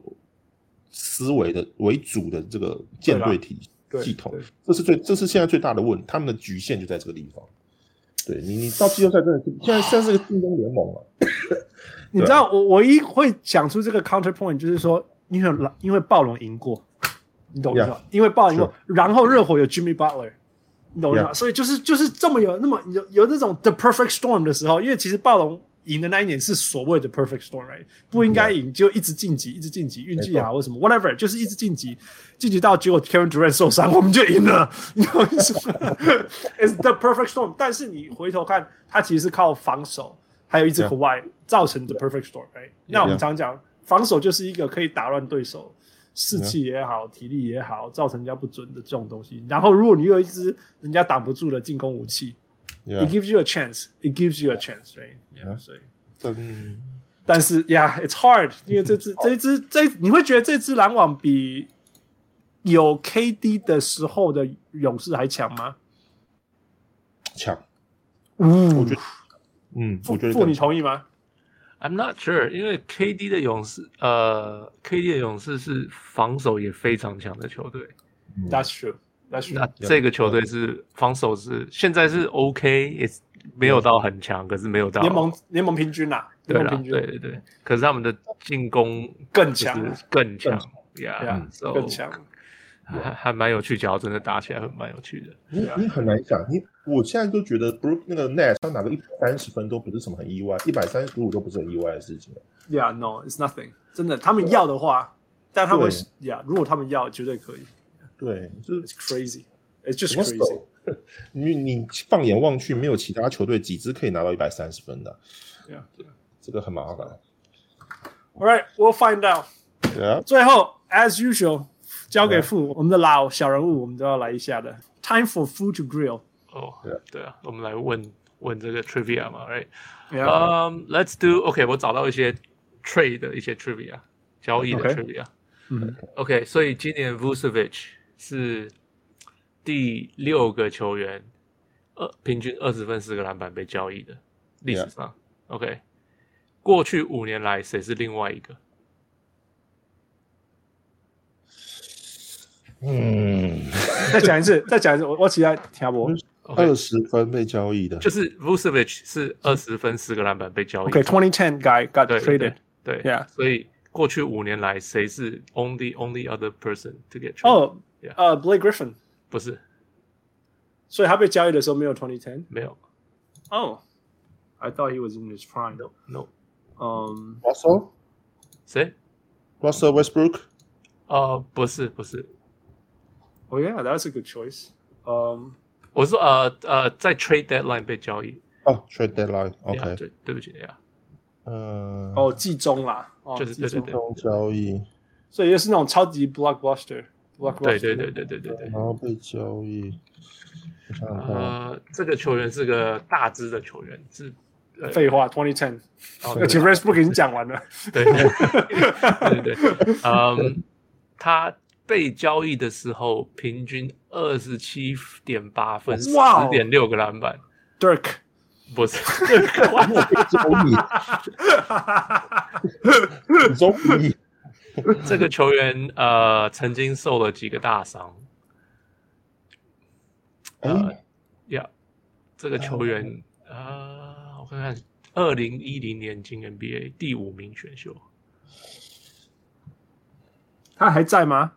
B: 思维的为主的这个舰队体
A: 对
B: 系统
A: 对，
B: 这是最这是现在最大的问，他们的局限就在这个地方。对你你到季后赛真的是现在现在是个进攻联盟了，
A: 你知道我我唯一会讲出这个 counterpoint 就是说，因为狼因为暴龙赢过，你懂我意思吗？因为暴龙赢过，然后热火有 Jimmy Butler，你懂我意思吗？所以就是就是这么有那么有有那种 the perfect storm 的时候，因为其实暴龙赢的那一年是所谓的 perfect storm，right？不应该赢就一直晋级，一直晋级，运气好或什么 whatever，就是一直晋级，晋级到结果 Kevin Durant 受伤，我们就赢了， [LAUGHS] 你懂我意思吗？It's the perfect storm，但是你回头看，它其实是靠防守。还有一支
B: Yeah.
A: Kawhi 造成的 perfect storm。哎，那我们常讲防守就是一个可以打乱对手士气也好、体力也好，造成人家不准的这种东西。然后如果你有一支人家挡不住的进攻武器
B: Yeah，
A: ，it gives you a chance, it gives you a chance, right? Yeah，
B: Yeah.
A: 所以。
B: 真
A: 但是，Yeah，it's hard，因为这支、这一支、这你会觉得这支篮网比有 KD 的时候的勇士还强吗？
B: 强，
A: 嗯，我
B: 觉得嗯，我觉得
A: 傅，
B: 更
A: 你同意吗？
C: I'm not sure，因为 KD 的勇士，呃，KD 的勇士是防守也非常强的球队。
B: 嗯
A: That's true, that's true.
C: 那这个球队是防守是现在是 OK，也是没有到很强，可是没有到
A: 联盟联盟平均啦，
C: 对
A: 联
C: 啦
A: 盟平，均
C: 对对对。可是他们的进攻
A: 更
C: 就
A: 强，
C: 是更强
A: 呀
C: ，Yeah，so
A: 更强。
C: 还还蛮有趣，只要真的打起来，很蛮有趣的。
B: 你你很难想，你我现在都觉得 Brook 那个 Net 他拿个一百三十分都不是什么很意外，一百三十五都不是很意外的事情。
A: Yeah, no, it's nothing. 真的，他们要的话，但他们
B: 对
A: Yeah，如果他们要，绝对可以。
B: 对，就是
A: It's crazy, it's just
B: 怎么
A: crazy.
B: 守？ [LAUGHS] 你你放眼望去，没有其他球队几支可以拿到一百三十分的，
A: Yeah.
B: 这个很麻烦。
A: All right, we'll find out.
B: 对啊，
A: 最后，as usual，交给
B: Yeah.
A: 傅，我们的老小人物，我们都要来一下的。Time for food to grill.
C: 哦
B: 对啊，
C: 对啊，我们来问问这个 trivia 嘛，right？
A: Yeah.
C: 嗯、l e t s do。OK，我找到一些 trade 的一些 trivia，交易的
A: OK
C: 区别啊。
A: 嗯
C: OK，所以今年 Vucevic 是第六个球员，二平均二十分四个篮板被交易的历史上。OK，过去五年来谁是另外一个？
B: 嗯，
A: 再讲一次，再讲一次，我我起来听我。
C: OK，
B: 二十分被交易的
C: 就是 Vucevic 是二十分四个篮板被交易的。
A: OK，2010 guy got
C: 对
A: traded。
C: 对
A: Yeah
C: 所以过去五年来谁是 only only other person to get traded？
A: 哦
C: Yeah，
A: Oh，呃，Blake Griffin，
C: 不是，
A: 所以他被交易的时候没有2010。
C: 没有
A: 哦，I thought he was in his prime。
C: ，no，
A: 嗯，
B: ，Russell
C: 谁？
B: Russell Westbrook
C: 呃，不是，不是，
A: 哦，Yeah，that's a good choice。嗯，
C: 我说呃呃，在 trade deadline 被交易。
B: 哦，Trade Deadline OK，
C: 对，对不起，呀，
B: 嗯，
A: 哦，季中啦，哦
C: 就是
A: 季中
C: 对对
B: 这种交易，
A: 所以又是那种超级 blockbuster。
C: 对对对对对对对
B: 然。后被交易，我想想 [LAUGHS] 看，
C: 呃，这个球员是个大只的球员，是对
A: 废话，2010，
C: 哦，
A: 而且 r e s b o o k 已经讲
C: [LAUGHS]
A: 完了。
C: 对对对对，嗯，他被交易的时候平均二十七点八分，十
A: 哇哦
C: 点六个篮板， [LAUGHS]
A: Dirk，[LAUGHS]
C: 不是，
B: 被交易，终于，
C: 这个球员呃曾经受了几个大伤，
A: 呃
B: 哎，
C: 呀，这个球员啊、呃我看看，二零一零年进 NBA 第五名选秀，
A: 他还在吗？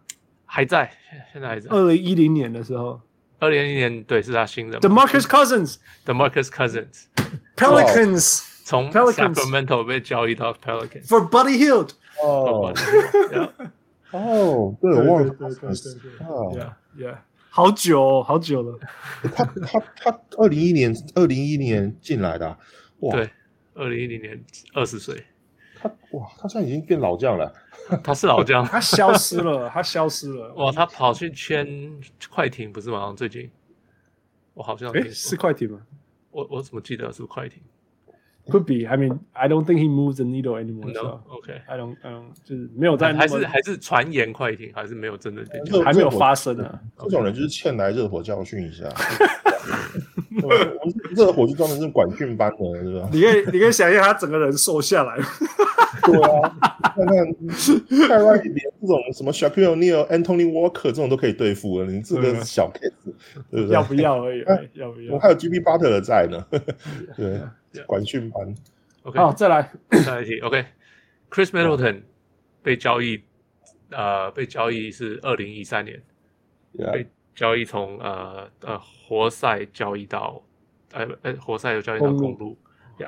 C: 还在，现现在还在。
A: 二零一零年的时候
C: 二零一年对是他新人
A: ，The Marcus Cousins
C: The Marcus Cousins
A: Pelicans
C: 从
A: Pelicans
C: Sacramento 被交易到 Pelicans。
A: for Buddy Hield。
B: 哦
C: Yeah，
B: 哦，对，我忘了，哦
A: Yeah, yeah，好久哦，好久了。
C: [LAUGHS]
B: 他他他二零一年二零一年进来的啊、哇，
C: 对，二零一零年二十岁，
B: 他哇，他现在已经变老将了，
C: 他是
A: [LAUGHS]
C: 老将。
A: 他消失了，他消失了。
C: 哇，他跑去签快艇不是吗？最近我好像
A: 诶，
C: 听
A: 是
C: 说
A: 快艇吗
C: 我我怎么记得是快艇
A: ？Could be. I mean, I don't think he moves the needle anymore.
C: ？No，OK
A: so。I don't, I don't，就是没有在那
C: 还
A: 么呃
C: 是还是传言快艇，还是没有真的被交易
B: 热
A: 还没有发生啊。
B: 这种人就是欠来热火教训一下。对吧我们热火就专门是管训班的，是吧？ [LAUGHS]
A: 你可以，你可以想象他整个人瘦下来。
B: 对啊，看看泰万连这种什么 Shaquille O'Neal、Anthony Walker 这种都可以对付了，你这
A: 对
B: 个
A: 啊
B: 小 case，对不对？
A: 要不要而已
B: 啊，
A: 要不
B: 我
A: 要？
B: 还有 GB Butler 在呢， [LAUGHS] 对
C: Yeah.，
B: 管训班。
C: ？OK，
A: 好，再来。
C: 下一题，OK，Chris Middleton 被交易，呃，被交易是二零一三年
B: Yeah
C: 被交易从呃呃活塞交易到，呃呃活塞有交易到
A: 公路
C: 公路，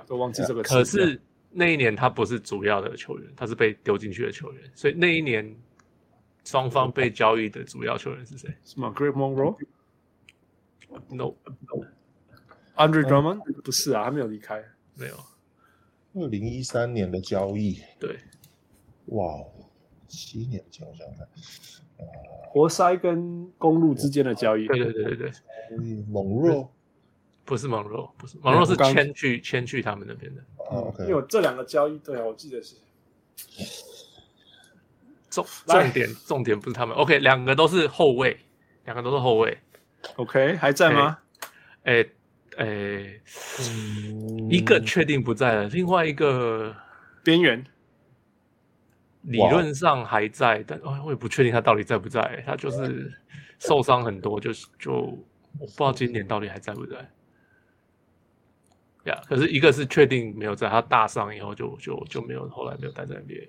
A: 都忘记这个词。
C: 可是那一年他不是主要的球员，他是被丢进去的球员，所以那一年双方被交易的主要球员是谁
A: 什么 Greg Monroe、
B: 嗯
C: ？No，
B: 嗯
A: Andre Drummond 不是啊，他没有离开。
C: 没有，
B: 二零一三年的交易，
C: 对，
B: 哇哦，七年前我想想看，
A: 活塞跟公路之间的交易。
C: 对对对对对，
B: 所以猛若
C: 不是蒙若，不是蒙若是
A: 我刚
C: 迁去迁去他们那边的。
B: 啊，OK，
A: 嗯因为我这两个交易，对啊，我记得是。
C: 重
A: 来
C: 重点重点不是他们，OK，两个都是后卫，两个都是后卫，
A: OK，还在吗？
C: 诶诶，
B: 嗯
C: 一个确定不在了，另外一个
A: 边缘。
C: 理论上还在，但哦我也不确定他到底在不在，他就是受伤很多，就是就我不知道今年到底还在不在。呀、可是一个是确定没有在，他大伤以后就就就没有，后来没有待在 NBA。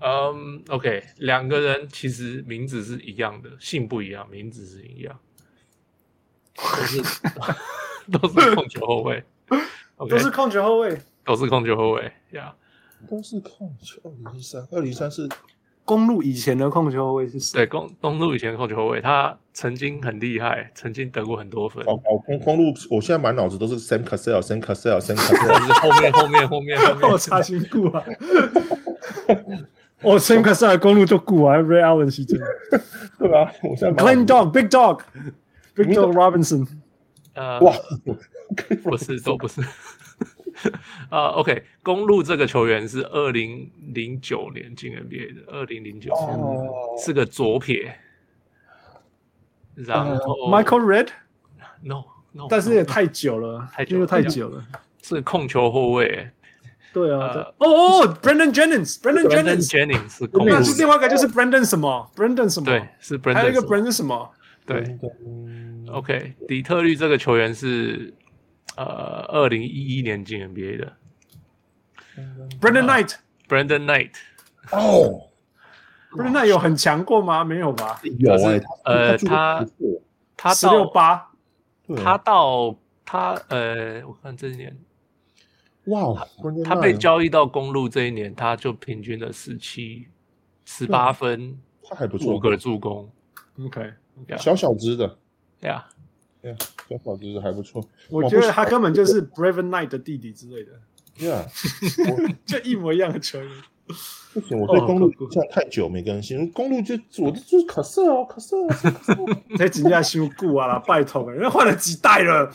C: 嗯、o k 两个人其实名字是一样的，姓不一样，名字是一样，都是都是 [LAUGHS] 控球后卫
A: [LAUGHS]
C: ，OK，
A: 都是控球后卫。
C: 都是控球后卫呀。
B: 都是控球。二零一三，二零一三是
A: 公路以前的控球后卫是谁？
C: 对，公东路以前的控球后卫，他曾经很厉害，曾经得过很多分，
B: 哦哦，公公路，我现在满脑子都是 Sam Cassell，Sam Cassell，Sam Cassell。
C: [LAUGHS] 就是后面后面后面后面
A: [LAUGHS] 我查询过啊。我 Sam c a s s e 公路就顾啊，Ray Allen 时间
B: 对啊，我现在
A: ，Glen
B: 满脑
A: Dog、Big Dog、Big Dog Robinson，
C: 呃，
B: 哇
C: 不是，都不是， [LAUGHS] 呃，OK，公路这个球员是二零零九年进 NBA 的，二零零九年、
B: 哦
C: 是个左撇，然后、
A: 呃 Michael Red，
C: No No，
A: 但是
C: no,
A: 也太久了，
C: 哦太久
A: 因为
C: 了
A: 太久了。
C: 是控球后卫
A: 对啊，
C: 呃
A: 对哦哦，Brandon Jennings，Brandon
C: ，Brandon
A: Jennings，
C: Jennings 是控
A: 那
C: 球
A: 是另外一个就是 Brandon 什么，Brandon 什么，
C: 对，是 Brandon，
A: 还有一个
C: 什么
A: Brandon 什么，
C: 对
B: 嗯
C: ，OK，底特律这个球员是呃二零一一年进 NBA 的
A: Brandon
C: 啊
A: Knight，Brandon
C: Brandon Knight，
B: 哦，
A: Knight 有很强过吗？没有吧，
B: 有哎，
C: 呃
B: 他
C: 他他
A: 十六
C: 到
A: 八，
B: 啊
C: 他到他呃，我看这一年
B: 哇，
C: 他被交易到公路这一年，他就平均了十七、十八分，
B: 他还不
C: 五
B: 错，
C: 个助攻嗯
A: OK，
B: 小小只的，
C: 呀。
B: 小小只的还不错
A: 我觉得他根本就是 Brandon Knight 的弟弟之类的，
B: ，Yeah。
A: 就一模一样的球
C: [LAUGHS]
A: 员。
B: 不行，我对公路
A: 哦
B: 现在太久没更新，公路就我就是可色哦，可色哦，可色哦
A: 这真正伤久啊啦，拜托，人家换了几代了。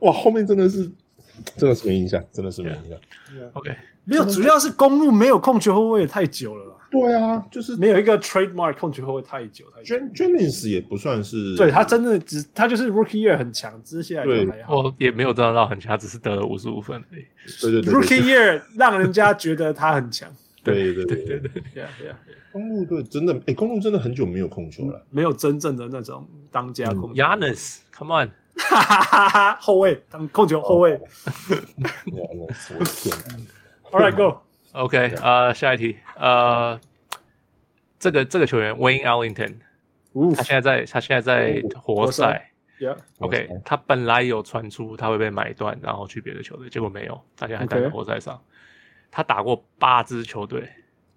B: 哇，后面真的是真的是没印象，真的是没印象。
C: OK，
A: 没有，主要是公路没有控球后卫也太久了啦，
B: 对啊，就是
A: 没有一个 trademark 控球后卫太久太久。
B: Jen Jennings 也不算是
A: 对他真的只他就是 rookie year 很强，接下来就还
B: 哦
A: 好。
C: 我也没有得到很强，只是得了五十五分而已。
B: 对对对
A: rookie year 让人家觉得他很强。
B: 对对对对对，
A: Yeah, yeah.
B: 公路队真的哎，公路真的很久没有控球了。
A: 没有真正的那种当家控球，
C: 嗯 Yanis，Come on，
A: 哈哈哈哈， [LAUGHS] 后卫当控球后
B: 哦
A: 卫。
B: 哇我我的天啊！
A: All right, go.
C: OK，呃，下一题，呃，这个这个球员 Wayne Ellington，他
A: Oof,
C: 现在在他现在在活
A: 活塞
C: 塞。
A: yeah. [LAUGHS]
C: OK，他本来有传出他会被买断，然后去别的球队，结果没有，他现在还待在
A: OK
C: 活塞上。他打过八支球队，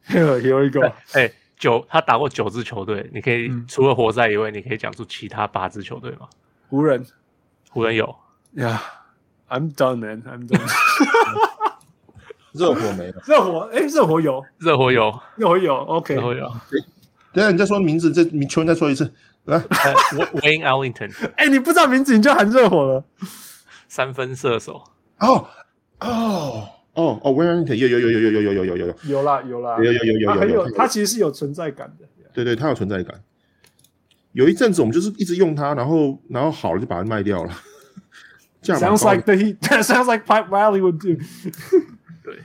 A: Here we go.
C: [LAUGHS] 哎，九他打过九支球队，你可以、
A: 嗯
C: 除了活塞以外，你可以讲出其他八支球队吗？
A: 湖人。
C: 湖人有，
A: Yeah, I'm done, man. I'm done. [LAUGHS]
B: 热火没了。
A: 热火，哎，热火有，
C: 热火有，
A: 热火有。OK，
C: 热火 [LAUGHS] 有。
B: 等一下你再说名字，这你球员再说一次。来，
C: 呃 Wayne Ellington
A: 哎，你不知道名字你就喊热火了。
C: 三分射手，
B: 哦哦哦哦，威尔特有有有有有有有有有有有
A: 有啦，有啦，
B: 有有有有
A: 他
B: 有
A: 很啊有，
B: 有
A: 他其实是有存在感的。
B: 对对，它有存在感。有一阵子我们就是一直用它，然后然后好了就把它卖掉了。 [LAUGHS] 价蛮
A: Sounds
B: 高的
A: like the he. That [LAUGHS] sounds like Pipe Riley would do.
C: 对，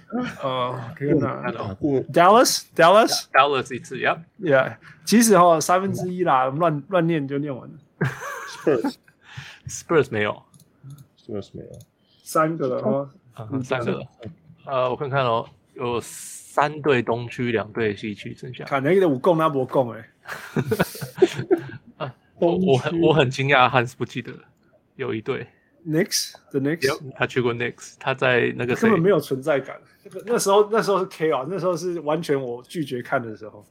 A: 哦，天哪
B: 打啊过
A: Dallas, Dallas,
C: 打了一次，Yep，
A: yeah。其实哈，三分之一啦，我们乱乱念就念完了，
B: Spurs
C: Spurs 没有，
B: Spurs 没有，
A: 三个了哈。
C: 嗯，三个了。呃，我看看哦，有三队东区，两队西区，剩下。
A: 看那个五共那不共哎，
C: 我
B: 东
C: 我很
B: 区
C: 我很惊讶，汉斯不记得有一队，
A: Nix the Nix
C: 他去过 Knicks，他在那个谁
A: 根本没有存在感。那个那时候那时候是 K 啊，那时候是完全我拒绝看的时候。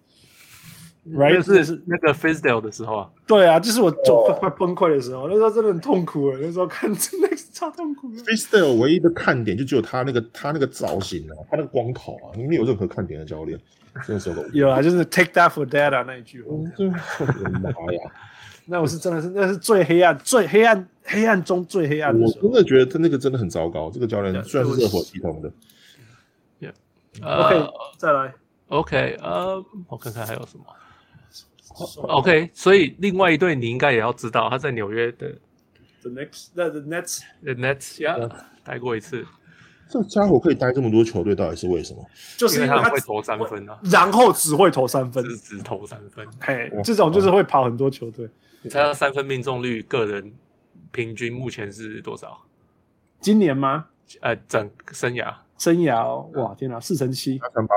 C: 那
A: Right
C: 个是那个 Fisdale 的时候啊，
A: 对啊，就是我就快快崩溃的时候，那时候真的很痛苦了。那时候看 [LAUGHS] 真的是超痛苦的。
B: Freestyle 唯一的看点就只有他那个他那个造型啊，他那个光头啊，没有任何看点的教练，真的是有个无
A: 有啊，就是 take that for that 啊那一句话。
B: [LAUGHS] 真的是我 [LAUGHS] 的妈呀！
A: 那我是真的是，那是最黑暗、最黑暗、黑暗中最黑暗的
B: 我
A: 时
B: 真
A: 候。
B: 的觉得他那个真的很糟糕。这个教练
A: 对
B: 虽然是
A: 对
B: 热
A: 我
B: 火系统的，
A: OK，、
C: 呃
A: 再来。
C: OK，呃，我看看还有什么。OK，所以另外一队你应该也要知道，他在纽约的
A: The next, the, the next，
C: The Nets 呀待过一次，
B: 这家伙可以待这么多球队，到底是为什么？
A: 就是
C: 因为
A: 因为
C: 他
A: 他
C: 很会投三分啊，
A: 然后只会投三分
C: 就。是只投三分。
A: 嘿，这种就是会跑很多球队。
C: 你猜他三分命中率个人平均目前是多少？
A: 今年吗？
C: 呃，整生涯
A: 生涯哦、
C: 嗯
A: 哇，天哪，四乘七，
B: 他三八，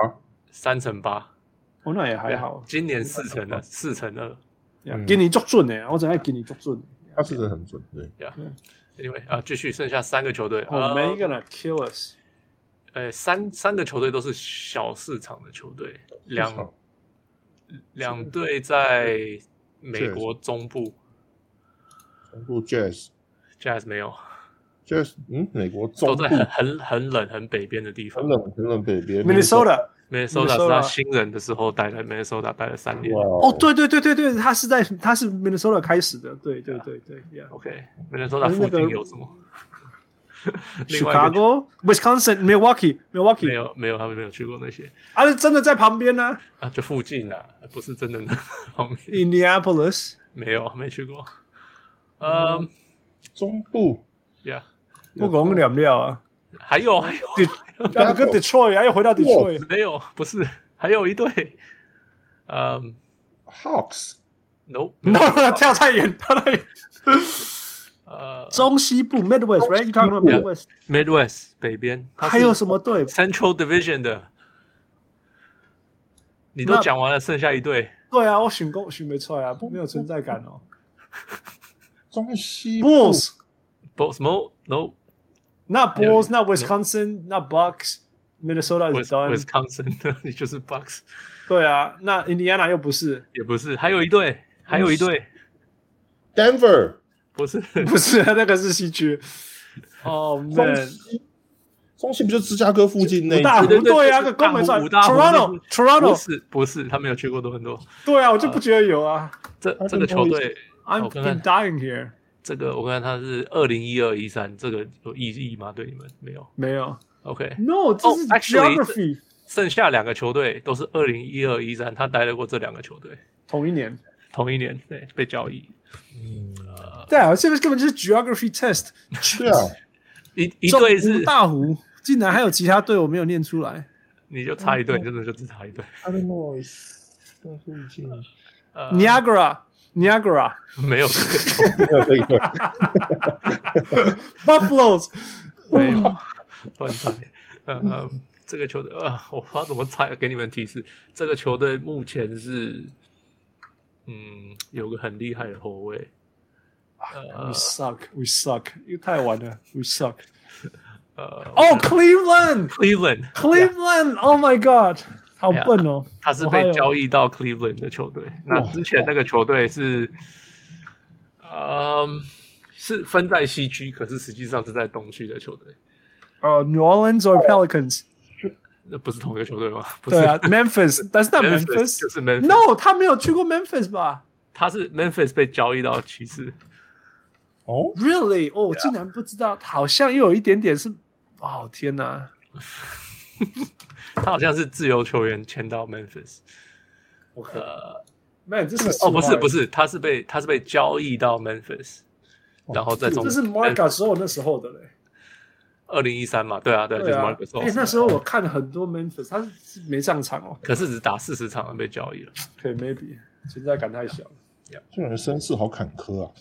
C: 三乘八，
A: 哦，那也还好。
C: 今年四乘了，四乘二。嗯
A: 给你捉准呢、欸我真爱给你捉准。
B: 他是真的很准，对，
C: Anyway 啊，继续剩下三个球队，
A: 哦，
C: 呃
A: 没一个人 kill us。
C: 呃，三三个球队都是小市场的球队，两两队在美国中部
B: 全部 Jazz
C: ，Jazz 没有，
B: Jazz，嗯，美国中
C: 都
B: 部
C: 在很很很冷很北边的地方
B: 很。冷很冷北边
A: Minnesota，
C: Minnesota
A: Minnesota
C: 是他新人的时候待在 Minnesota 待了三年。
B: 哇
A: 哦，对对对对对，他是在他是 Minnesota 开始的，对对对对，yeah。
B: 哎 [LAUGHS]
C: OK，Minnesota 附近有什么？另外一个
A: Chicago、Wisconsin、Milwaukee、
C: 没
A: Milwaukee，
C: 有没有，他们没有去过那些
A: 啊，真的在旁边呢、
C: 啊，就附近啦，不是真的那 [LAUGHS] 方面，
A: Indianapolis。
C: 没有没去过。嗯
B: 中部
C: ，Yeah，
A: 不讲了不了啊，
C: 还有还有
A: 要不跟 Detroit 啊，又回到 Detroit，
C: [LAUGHS] 没有？不是，还有一队。嗯
B: Hawks
C: ，No，
A: no，跳太远，跳太远。
C: 呃
A: 中西部 Midwest right？你看到 Midwest，
C: ，Midwest 北边，它是
A: 还有什么队？
C: Central Division 的，你都
A: 那
C: 讲完了，剩下一队。
A: 对啊，我选过选没出来啊，没有存在感哦。
B: 中西部
A: Bulls，
C: 不，什么 No
A: 那 Bulls，那 Wisconsin，那 Bucks，Minnesota is
C: Wis-
A: done。
C: Wisconsin [LAUGHS] 的，你就是 Bucks，
A: 对啊，那 Indiana 又不
C: [LAUGHS]
A: 是，
C: 也不是，还有一队，还有一队，
B: Denver
C: 不是
A: 不是啊那个是西区。哦
B: 中
A: man，
B: 西中西不就芝加哥附近那
A: 五
B: 一
A: 大湖
B: 区
C: 对对
A: 对啊，
C: 就是
A: 个根本算
C: 大湖大湖就是不
A: Toronto，Toronto，
C: 是不是，他没有去过多伦多。
A: 对啊，我就不觉得有啊。
C: 这
B: 他
C: 这个
B: 跟多伦
C: 球
B: 多
C: 队，
A: I'm
C: 我看看
A: been dying here，
C: 这个我看他是二零一二一三，这个有意义吗？对你们没有
A: 没有。
C: ？OK，
A: No，这是
C: actually，
A: geography。
C: 剩下两个球队都是二零一二一三，他待了过这两个球队，
A: 同一年，
C: 同一年对被交易。
A: 对啊，这个根本就是 geography test。
B: 对啊，
C: 一一
A: 中
C: 队是
A: 五大湖，竟然还有其他队我没有念出来。
C: 你就差一队，真的就只差一队。
B: Illinois 那附近，
C: 呃，
A: Niagara。Niagara,
C: 没 [LAUGHS] 有，
B: 可以可以
A: Buffaloes，
C: 没有，乱猜。呃，这个球队啊、我不知道怎么猜，给你们提示。这个球队目前是，嗯，有个很厉害的后卫，
A: we suck, we suck，因为太晚了，we suck。
C: 呃，
A: 哦、c l e v e l a n d
C: ，Cleveland，
A: c l e v e l a n d o h my God，好笨哦。
C: 他是被交易到 Cleveland 的球队。那之前那个球队是，嗯，是分在西区，可是实际上是在东区的球队。
A: 呃、n e w Orleans or Pelicans？
C: 那不是同一个球队吗？不是
A: 对
C: [LAUGHS]
A: 啊，Memphis，但是那 Memphis，
C: 就是 Memphis。
A: No，他没有去过 Memphis 吧
C: 他是 Memphis 被交易到骑士，
B: 哦，
A: ？Really？哦，我竟然不知道，好像又有一点点是，哦天哪！
C: 他好像是自由球员签到 Memphis。
A: [LAUGHS]
C: 呃
A: 我靠，没有，这是
C: 哦，不是不
A: 是，
C: 是，他是被他是被交易到 Memphis，然后再从
A: 哦这是
C: 呃
A: Marca 所有那时候的嘞。
C: 二零一三嘛，对啊对，就是
A: 对啊
C: Marcus，
A: 哎，
C: Gasol
A: 那时候我看很多 Memphis，他是没上场哦。
C: 可是只打四十场被交易了。
A: 可以 maybe 存在感太小
C: [LAUGHS]
A: 了。
B: 这个人身世好坎坷啊。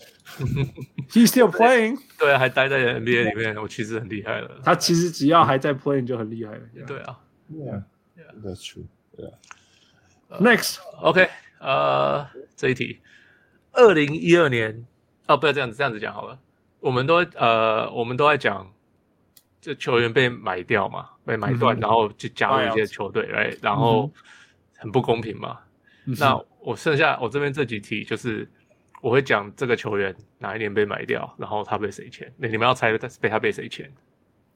A: He's still playing，
C: 对啊，还待在 NBA 里面，我其实很厉害了。
A: 他其实只要还在 playing 就很厉害了。
C: 对啊
B: Yeah, that's true. Yeah.
A: Next，
C: ，OK，呃，这一题，二零一二年，哦，不要这样子，这样子讲好了，我们都呃，我们都在讲，这球员被买掉嘛，被买
A: 嗯
C: 断，
A: 哼嗯
C: 然后就加入一
A: Buyout
C: 些球队，来、然后很不公平嘛。
A: 嗯
C: 那我剩下我这边这几题就是。我会讲这个球员哪一年被买掉，然后他被谁签？那你们要猜他被他被谁签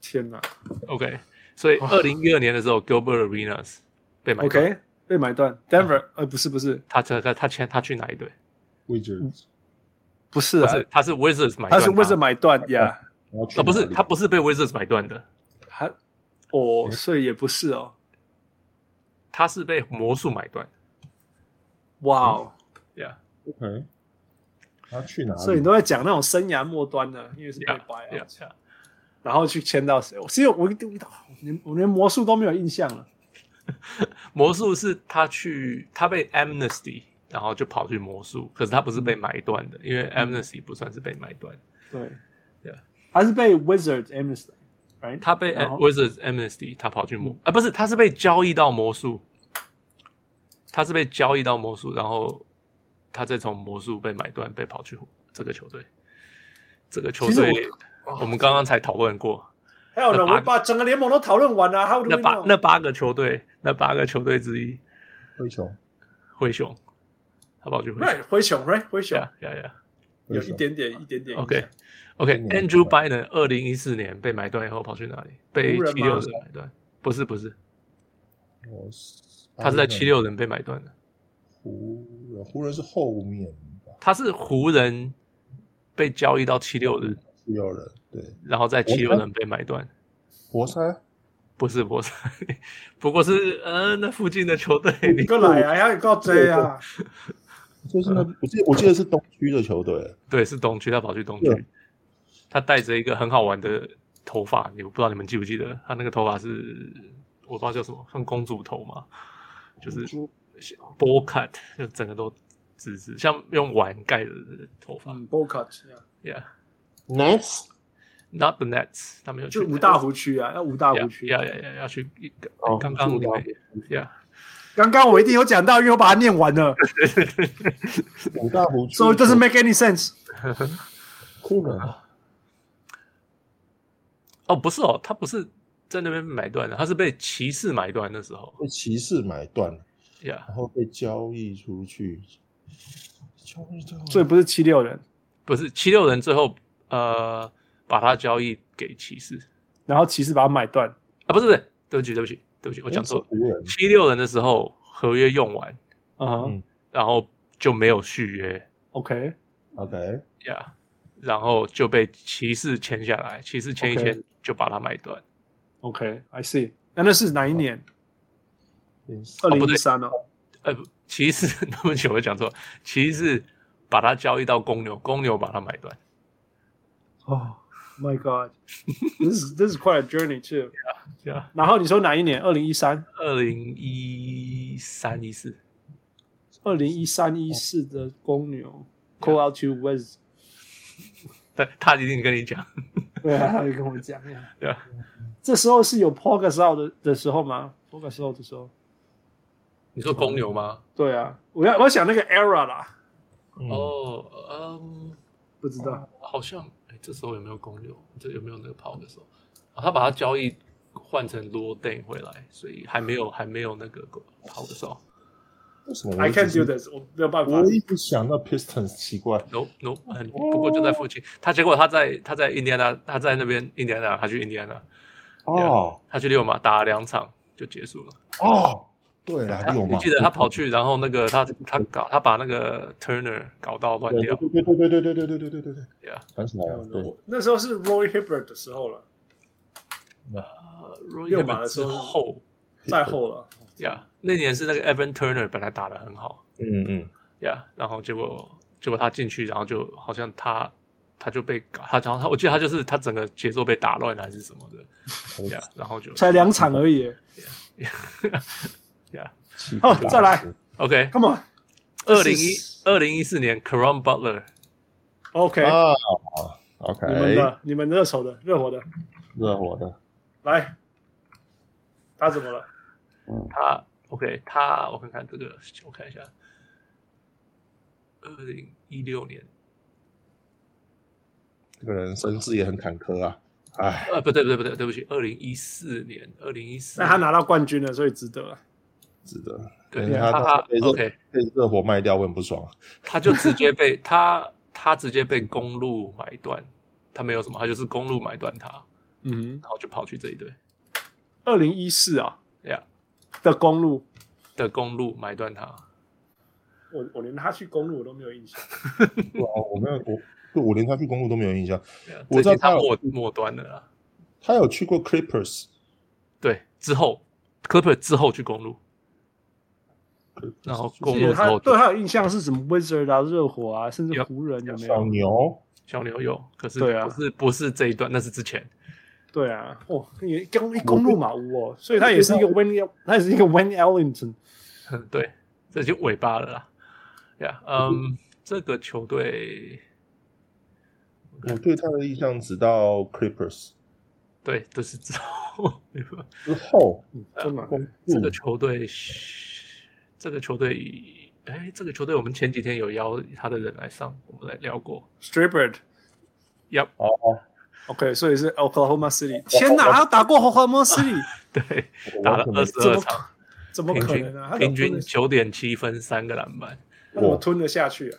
A: 天哪
C: ？OK，所以二零一二年的时候，Gilbert Arenas 被买断
A: 哦，OK 被买断，Denver，呃不是不是
C: 他他他他签他去哪一队？
B: Wizards，
A: 不是
C: 不
A: 啊，
C: 是，他是 Wizards 买断，
A: 他是为什么买断呀？
B: 然后去
C: 啊？不是，
B: 哪里
C: 他不是被 Wizards 买断的，
A: 还哦，
C: 嗯
A: 所以也不是哦，
C: 他是被魔术买断。
A: 哇哦，
C: Yeah,
B: OK，他去哪里？
A: 所以你都在讲那种生涯末端的，因为是被
C: 嗯 yeah,
A: 掰
C: yeah,
A: 啊，然后去签到谁？我其实我我连我连魔术都没有印象了。
C: 魔术是他去，他被 Amnesty，然后就跑去魔术，可是他不是
A: 嗯
C: 被买断的，因为 Amnesty 不算是被买断，
A: 对
C: Yeah，
A: 他是被 Wizard Amnesty，right？
C: 他被
A: 然后嗯
C: Wizards Amnesty，他跑去魔啊，不是，他是被交易到魔术，他是被交易到魔术，然后他再从魔术被买断，被跑去这个球队。这个球
A: 其实
C: 队，我们刚刚才讨论过，
A: 还有呢，
C: 那
A: 我
C: 八
A: 们把整个联盟都讨论完了、还有
C: 那八那八个球队，那八个球队之一，
B: 灰熊，
C: 灰熊，他跑去灰熊
A: right 哎灰熊 right 灰熊
C: 呀呀呀
A: 有一
B: 灰熊
A: 点点一点点影响
C: OK，OK。
A: 嗯
B: 今年
C: Andrew Biden 二零一四年被买断以后跑去哪里？被
A: 湖人吗
C: 七六人买断？不是不是，
B: 我是
C: 他是
A: 啊
C: 在七六人被买断的。
B: 湖人，湖人是后面吧？
C: 他是湖人被交易到七六人，
B: 七六人，对，
C: 然后在七六人被买断，
B: 活塞
C: 呃不是 [LAUGHS] 博士，不过是呃那附近的球队。
A: 你过来啊，要告追啊！
B: 就是那，我记得我记得是东区的球队，
C: 对，是东区，他跑去东区
B: 对，
C: 他带着一个很好玩的头发，你不知道你们记不记得？他那个头发是我不知道叫什么，像公主头嘛，就是
B: 就
C: bowl cut，就整个都直直，像用碗盖的头发。
A: 嗯 b o c a t
C: Yeah，not
B: Nets
C: the Nets，他没有去
A: 就五大湖区啊，要五大湖区。
C: 要要要要去一个
B: 哦，
C: 刚刚
B: 注意
C: 你
B: 到
C: 们 Yeah，
A: 刚刚我一定有讲到，因为我把它念完了，
B: 五大湖区，
A: 所以就是 make any sense。
B: 库伦，
C: 哦，不是哦，他不是在那边买断的，他是被骑士买断的时候
B: 被骑士买断，
C: ，Yeah，
B: 然后被交易出去，交易到
A: 所以不是七六人，
C: 不是七六人最后呃把他交易给骑士
A: 然后骑士把它买断，
C: 啊，不是不是，对不起对不起对不起，我
B: 我
C: 讲错了，
B: 哎湖人，
C: 七六人的时候合约用完，
A: 嗯
C: 然后就没有续约
A: ，OK，
B: OK，
C: ，Yeah，然后就被骑士签下来，骑士签一
A: OK
C: 签就把他买断，
A: OK，I see。那那是哪一年？二
B: 嗯
C: 不
A: 零
C: 对
A: 一三哦。
C: 呃，不骑士 [LAUGHS] 对不起我讲错，骑士把他交易到公牛，公牛把他买断。
A: 哦，My God，this is this is quite a journey too。
C: Yeah.
A: 然后你说哪一年？二零一三、
C: 二零一三一四，
A: 二零一三一四的公牛 call out to West。
C: 但他一定跟你讲，
A: [LAUGHS]
C: [LAUGHS]
A: 对啊，他就跟我讲呀。
C: 对啊，
A: [LAUGHS] 这时候是有 p o g a s o u 的的时候吗 p o g a s o u 的时候。
C: 你说公牛吗？
A: 对啊，我要我要想那个 era 啦，
B: 哦，
C: 哦，嗯，
A: 不知道。
C: 好像哎，这时候有没有公牛？这有没有那个跑的时候？啊他把他交易换成 l o d a n 回来，所以还没有还没有那个跑的时候。
B: 为什么我
A: I
B: 一直
A: can't do this，我没有办法。
B: 我一直想到 Pistons，奇怪，
C: No No，很不过就在附近。他结果他在他在印第安纳，他在那边印第安纳，他去印第安纳，
B: 哦
C: 他去六马打了两场就结束了。
B: 哦，对啦，
C: 他
B: 六
C: 你
B: 嘛，
C: 记得他跑去，然后那个他他搞他把那个 Turner 搞到乱
B: 对
C: 掉。啊
B: 对对对对对对对对对对对
C: Yeah
B: 想起来了，对，
A: 那时候是 Roy Hibbert 的时候了，
C: 呃，如
A: 六
C: 果
A: 马的时
C: 之
A: 候
C: 后
A: 再后了。
C: 呀那年是那个 Evan Turner 本来打得很好
B: 嗯嗯，
C: 呀然后结果结果他进去，然后就好像他他就被搞，他然后他我记得他就是他整个节奏被打乱了还是什么的呀然后就
A: 才两场而已。
C: 呀
B: 奇
A: 好
B: 怪
A: 哦再来
C: OK，
A: Come on，
C: 二
A: 这
C: 零一
A: 是
C: 二零一四年 Caron Butler
A: OK，
B: 啊
A: 你们
B: ，OK，
A: 的你们热手的热火的
B: 热火的，
A: 来，他怎么了？
C: 他 OK 他我看看这个我看一下，二零一六年
B: 这个人身世也很坎坷啊，哎，
C: 呃不对不对不对对不起，二零一四年二零一四
A: 那他拿到冠军了，所以值得了。
B: 值得。
C: 对
B: 等
C: 他
B: 他
C: 他
B: 被热
C: OK
B: 被热火卖掉，我很不爽。啊
C: 他就直接被他他直接被公路买断，他没有什么，他就是公路买断他，
A: 嗯哼，
C: 然后就跑去这一队，
A: 二零一四啊
C: 对呀，
A: 的公路，
C: 的公路买断他，
A: 我我连他去公路我都没有印象。
B: 对啊，我没有，我对我连他去公路都没有印象。
C: 对啊
B: 我知道
C: 这已经他
B: 他有
C: 末末端了啦。
B: 他有去过 Clippers，
C: 对，之后 Clipper 之后去公路，然后公
A: 记得
C: 路之
A: 他
C: 后
A: 对他有印象是什么 Wizard 啊、热火啊，甚至
C: 有
A: 湖人有没
B: 小
A: 有？
B: 牛，
C: 小牛有，可是
A: 对啊
C: 不是不是这一段，那是之前
A: 对啊，哦，也公公路马屋哦，所以他也是一个
C: 啊
A: Win，他也是一个 Win Ellington。
C: 哼嗯对，这就尾巴了啦。呀、嗯，这个球队
B: 我哦对他的印象只到 Clippers
C: 对，这是之后。 [LAUGHS]
B: 之后，
A: 嗯真的，
B: 公
C: 这个
A: 嗯
B: 路
C: 球队，这个球队，哎，这个球队我们前几天有邀他的人来上，我们来聊过。
A: Stripper。
C: Yep，
B: 哦，
A: OK，所以是 Oklahoma City。天哪，他打过 Oklahoma City，
C: [LAUGHS]
A: [LAUGHS]
C: 对，
B: 我
C: 打了
B: 可能
C: 二十
A: 怎
C: 二
A: 么
C: 场，
A: 怎么
C: 平
A: 可能啊？他
C: 均
A: 怎
C: 平
A: 么吞
C: 均
A: 得
C: 九点七分，三个篮板，
A: 他怎么吞得下去啊？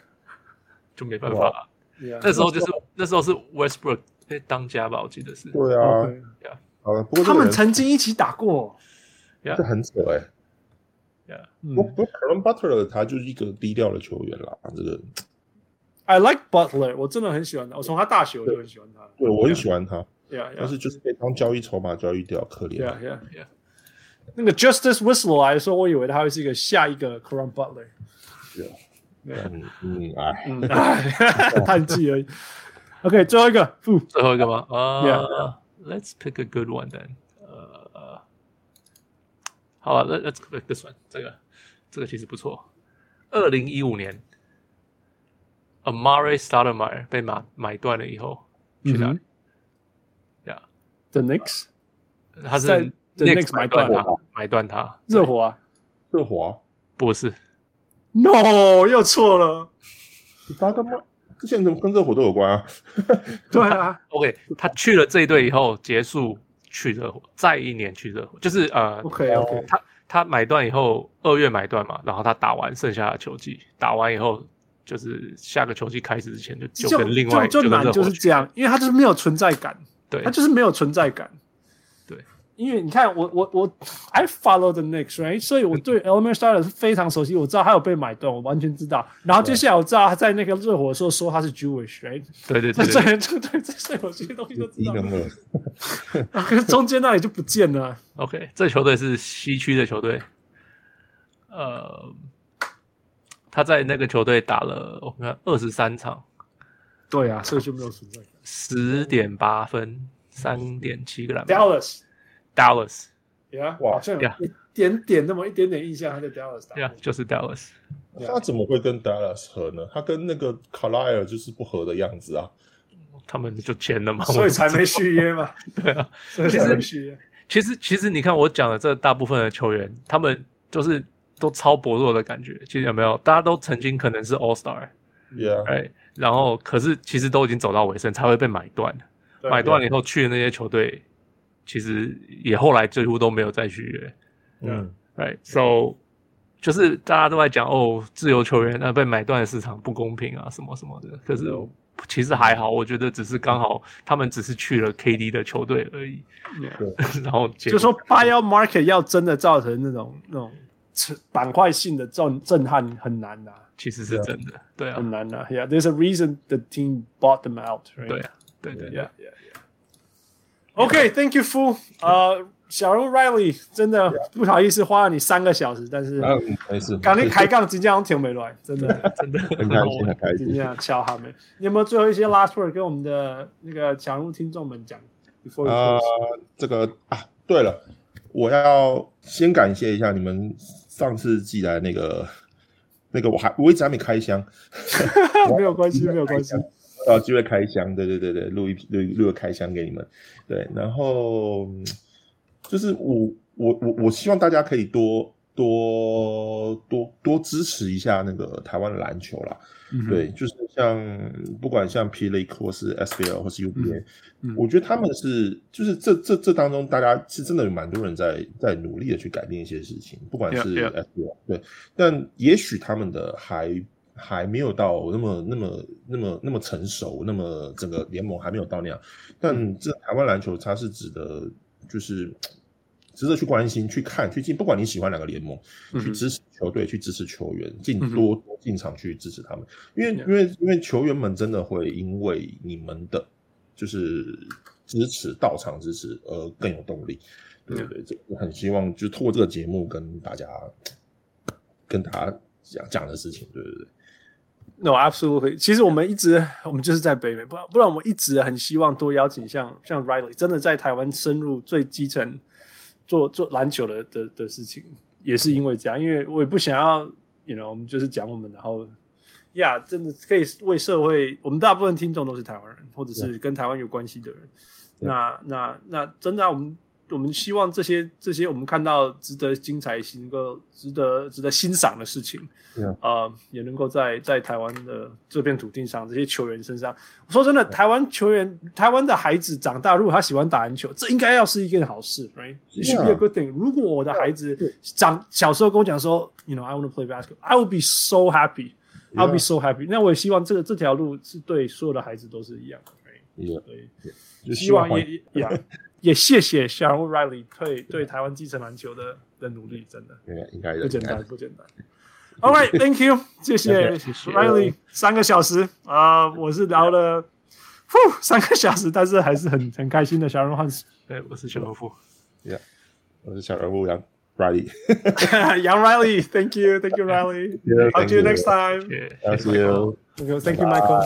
C: 就没办法了。
A: 对啊
C: 那时候就是那时候是 Westbrook 哎当家吧，我记得是。
B: 对啊，
A: OK
B: 好了，不过这
A: 他
B: 个
A: 们
B: 人
A: 曾经一起打过。
B: 这很扯哎。
C: Yeah，
A: 嗯
B: 不不 c a r o n Butler 他就是一个低调的球员啦，这个
A: I like Butler，我真的很喜欢他，我从他大学我就很喜欢他了。
B: 对我很喜欢他，
A: Yeah,
B: 但
A: yeah,
B: 是就是被当交易筹码交易掉，可怜。
A: yeah, yeah, yeah. 那个 Justice Whistle 来说，我以为他会是一个下一个 c o r o n Butler。
B: 嗯嗯，哎，
A: 嗯，哎叹气而已。OK，最后一个，负
C: 最后一个吗？啊、
A: Yeah.
C: l e t s pick a good one then 呃。呃，好了，Let Let's pick this one。这个这个其实不错。二零一五年，Amare Stoudemire 被买买断了以后，去
A: 嗯
C: 哪里？呀、
A: The Knicks
C: 他是
A: 在 The
C: Knicks
A: Knicks
C: 买
A: 买断
C: 断他
B: 我，
C: 买断他，
A: 热火啊
B: 热火
C: 不是
A: ？No，又错了。
B: 他他妈之前怎么跟热火都有关啊？
A: 对啊，
C: OK，他去了这一队以后结束去热火，再一年去热火，就是呃
A: OK OK，
C: 他他买断以后，二月买断嘛，然后他打完剩下的球季，打完以后就是下个球季开始之前就就跟另外
A: 就就
C: 跟
A: 难
C: 热
A: 就
C: 火
A: 是
C: 去
A: 这样，因为他就是没有存在感，
C: 对
A: 他就是没有存在感。
C: 对，
A: 因为你看我我我 I follow the Knicks right，所以我对 Element Starter 是非常熟悉，我知道他有被买断，我完全知道。然后接下来我知道他在那个热火的时候说他是 Jewish right，
C: 对对
A: 这
C: 对对
A: 这这这这我这些东西都知
B: 低
A: 道，
B: 能儿，
A: 啊可是 [LAUGHS] 中间那里就不见了。
C: ，OK，这球队是西区的球队，呃，他在那个球队打了我看二十三场，
A: 对啊，所以就没有存
C: [LAUGHS]
A: 在感。
C: 十点八分，三点七个篮板
A: Dallas。
C: ，Dallas，
A: Yeah，
B: 哇
A: 好像有
C: yeah
A: 一点点那么一点点印象，他在 Dallas 打
C: 对啊
A: 过，
C: 就是 Dallas。
B: 他怎么会跟 Dallas 合呢？他跟那个卡莱尔就是不合的样子啊。
C: 他们就签了嘛，
A: 所以才没续约嘛，
C: [LAUGHS] 对啊。
A: 所以才没续约。
C: 其实其实你看我讲的这大部分的球员，他们就是都超薄弱的感觉。其实有没有？大家都曾经可能是 All Star，
B: Yeah，
C: 哎，然后可是其实都已经走到尾声，才会被买断。
A: 对
C: 买断了以后去的那些球队，其实也后来几乎都没有再续约。
B: 嗯，
C: Right，so 就是大家都在讲哦，自由球员呃被买断的市场不公平啊，什么什么的。可是
B: No
C: 其实还好，我觉得只是刚好他们只是去了 KD 的球队而已。 [LAUGHS] 然后结
A: 就
C: 果
A: 说 buyout market 要真的造成那种那种板块性的震震撼很难呐、
C: 其实是真的，对啊，
A: 很难呐、Yeah, there's a reason the team bought them out. Right?
C: 对啊，对对
A: Yeah, yeah, yeah. OK, thank you, Fu. 呃，小人物 Riley，真的不好意思花了你三个小时，但是
B: 啊，没事，
A: 刚才开杠，真正挺没来，真的。
C: 真的
B: 很
C: 很
B: 开
C: 好
B: 心，
C: 玩
B: 很。开
A: 尽
B: 心。
A: 量敲他们。你有没有最后一些 last word 跟我们的那个想入听众们讲？Before
B: 啊
A: you，
B: 这个啊，对了，我要先感谢一下你们上次寄来那个那个，我还我一直还没开箱，
A: close？没有 [LAUGHS] 关系，没有关系。
B: 找机会开箱，对对对对，录一录录个开箱给你们，对，然后嗯就是我我我我希望大家可以多多多多支持一下那个台湾的篮球啦，
A: 嗯
B: 对，就是像不管像 P League 或是 SBL 或是 UBA，、
A: 嗯
B: 我觉得他们是就是这这这当中，大家是真的有蛮多人在在努力的去改变一些事情，不管是
A: Yeah, yeah.
B: SBL 对，但也许他们的还还没有到那么那么那么那么成熟，那么整个联盟还没有到那样，
A: 嗯
B: 但这台湾篮球它是值得就是。值得去关心、去看、去进，不管你喜欢哪个联盟，
A: 嗯
B: 去
A: 哼
B: 支持球队、去支持球员，进
A: 嗯哼
B: 多多进场去支持他们。因为
A: Yeah.
B: 因为因为球员们真的会因为你们的就是支持到场支持而更有动力，对对对，这我很希望就透过这个节目跟大家跟大家讲讲的事情，对对对，
A: No, absolutely。其实我们一直，我们就是在北美，不然不然我们一直很希望多邀请像像 Riley，真的在台湾深入最基层做做篮球的的的事情，也是因为这样，因为我也不想要，you know，我们就是讲我们，然后呀真的可以为社会，我们大部分听众都是台湾人，或者是跟台湾有关系的人。
B: Yeah.
A: 那那那真的啊、我们我们希望这些这些我们看到值得精彩、能够值得值得欣赏的事情，呃，也能够在在台湾的这片土地上，这些球员身上，说真的，台湾球员，台湾的孩子长大，如果他喜欢打篮球，这应该要是一件好事，right？It should be a good thing。如果我的孩子长小时候跟我讲说，you know，I want to play basketball，I will be so happy。I'll be so happy。那我也希望这个这条路是对所有的孩子都是一样的，right？
B: 也
A: 所以
B: 就
A: 希望
B: 还
A: 也也也也谢谢 Sharon Riley 对对台湾基层篮球的的努力，真的。
B: 应该应该的
A: 不简
B: 应该
A: 单，
B: 的
A: 不简单。 All right, thank you，谢 [LAUGHS] 谢
C: OK，谢谢
A: Riley，三个小时啊、我是聊了，呼，三个小时，但是还是很很开心的。小人换
C: [LAUGHS] 对，我是小老夫，
B: 我是小人物杨
A: [LAUGHS]
B: Riley，
A: 杨 Riley，thank you，thank you Riley，talk to you next time。
C: 谢谢。
B: Thank you.
A: Thank you, Michael。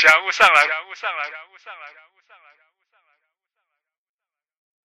D: 小人物上来，小人物上来。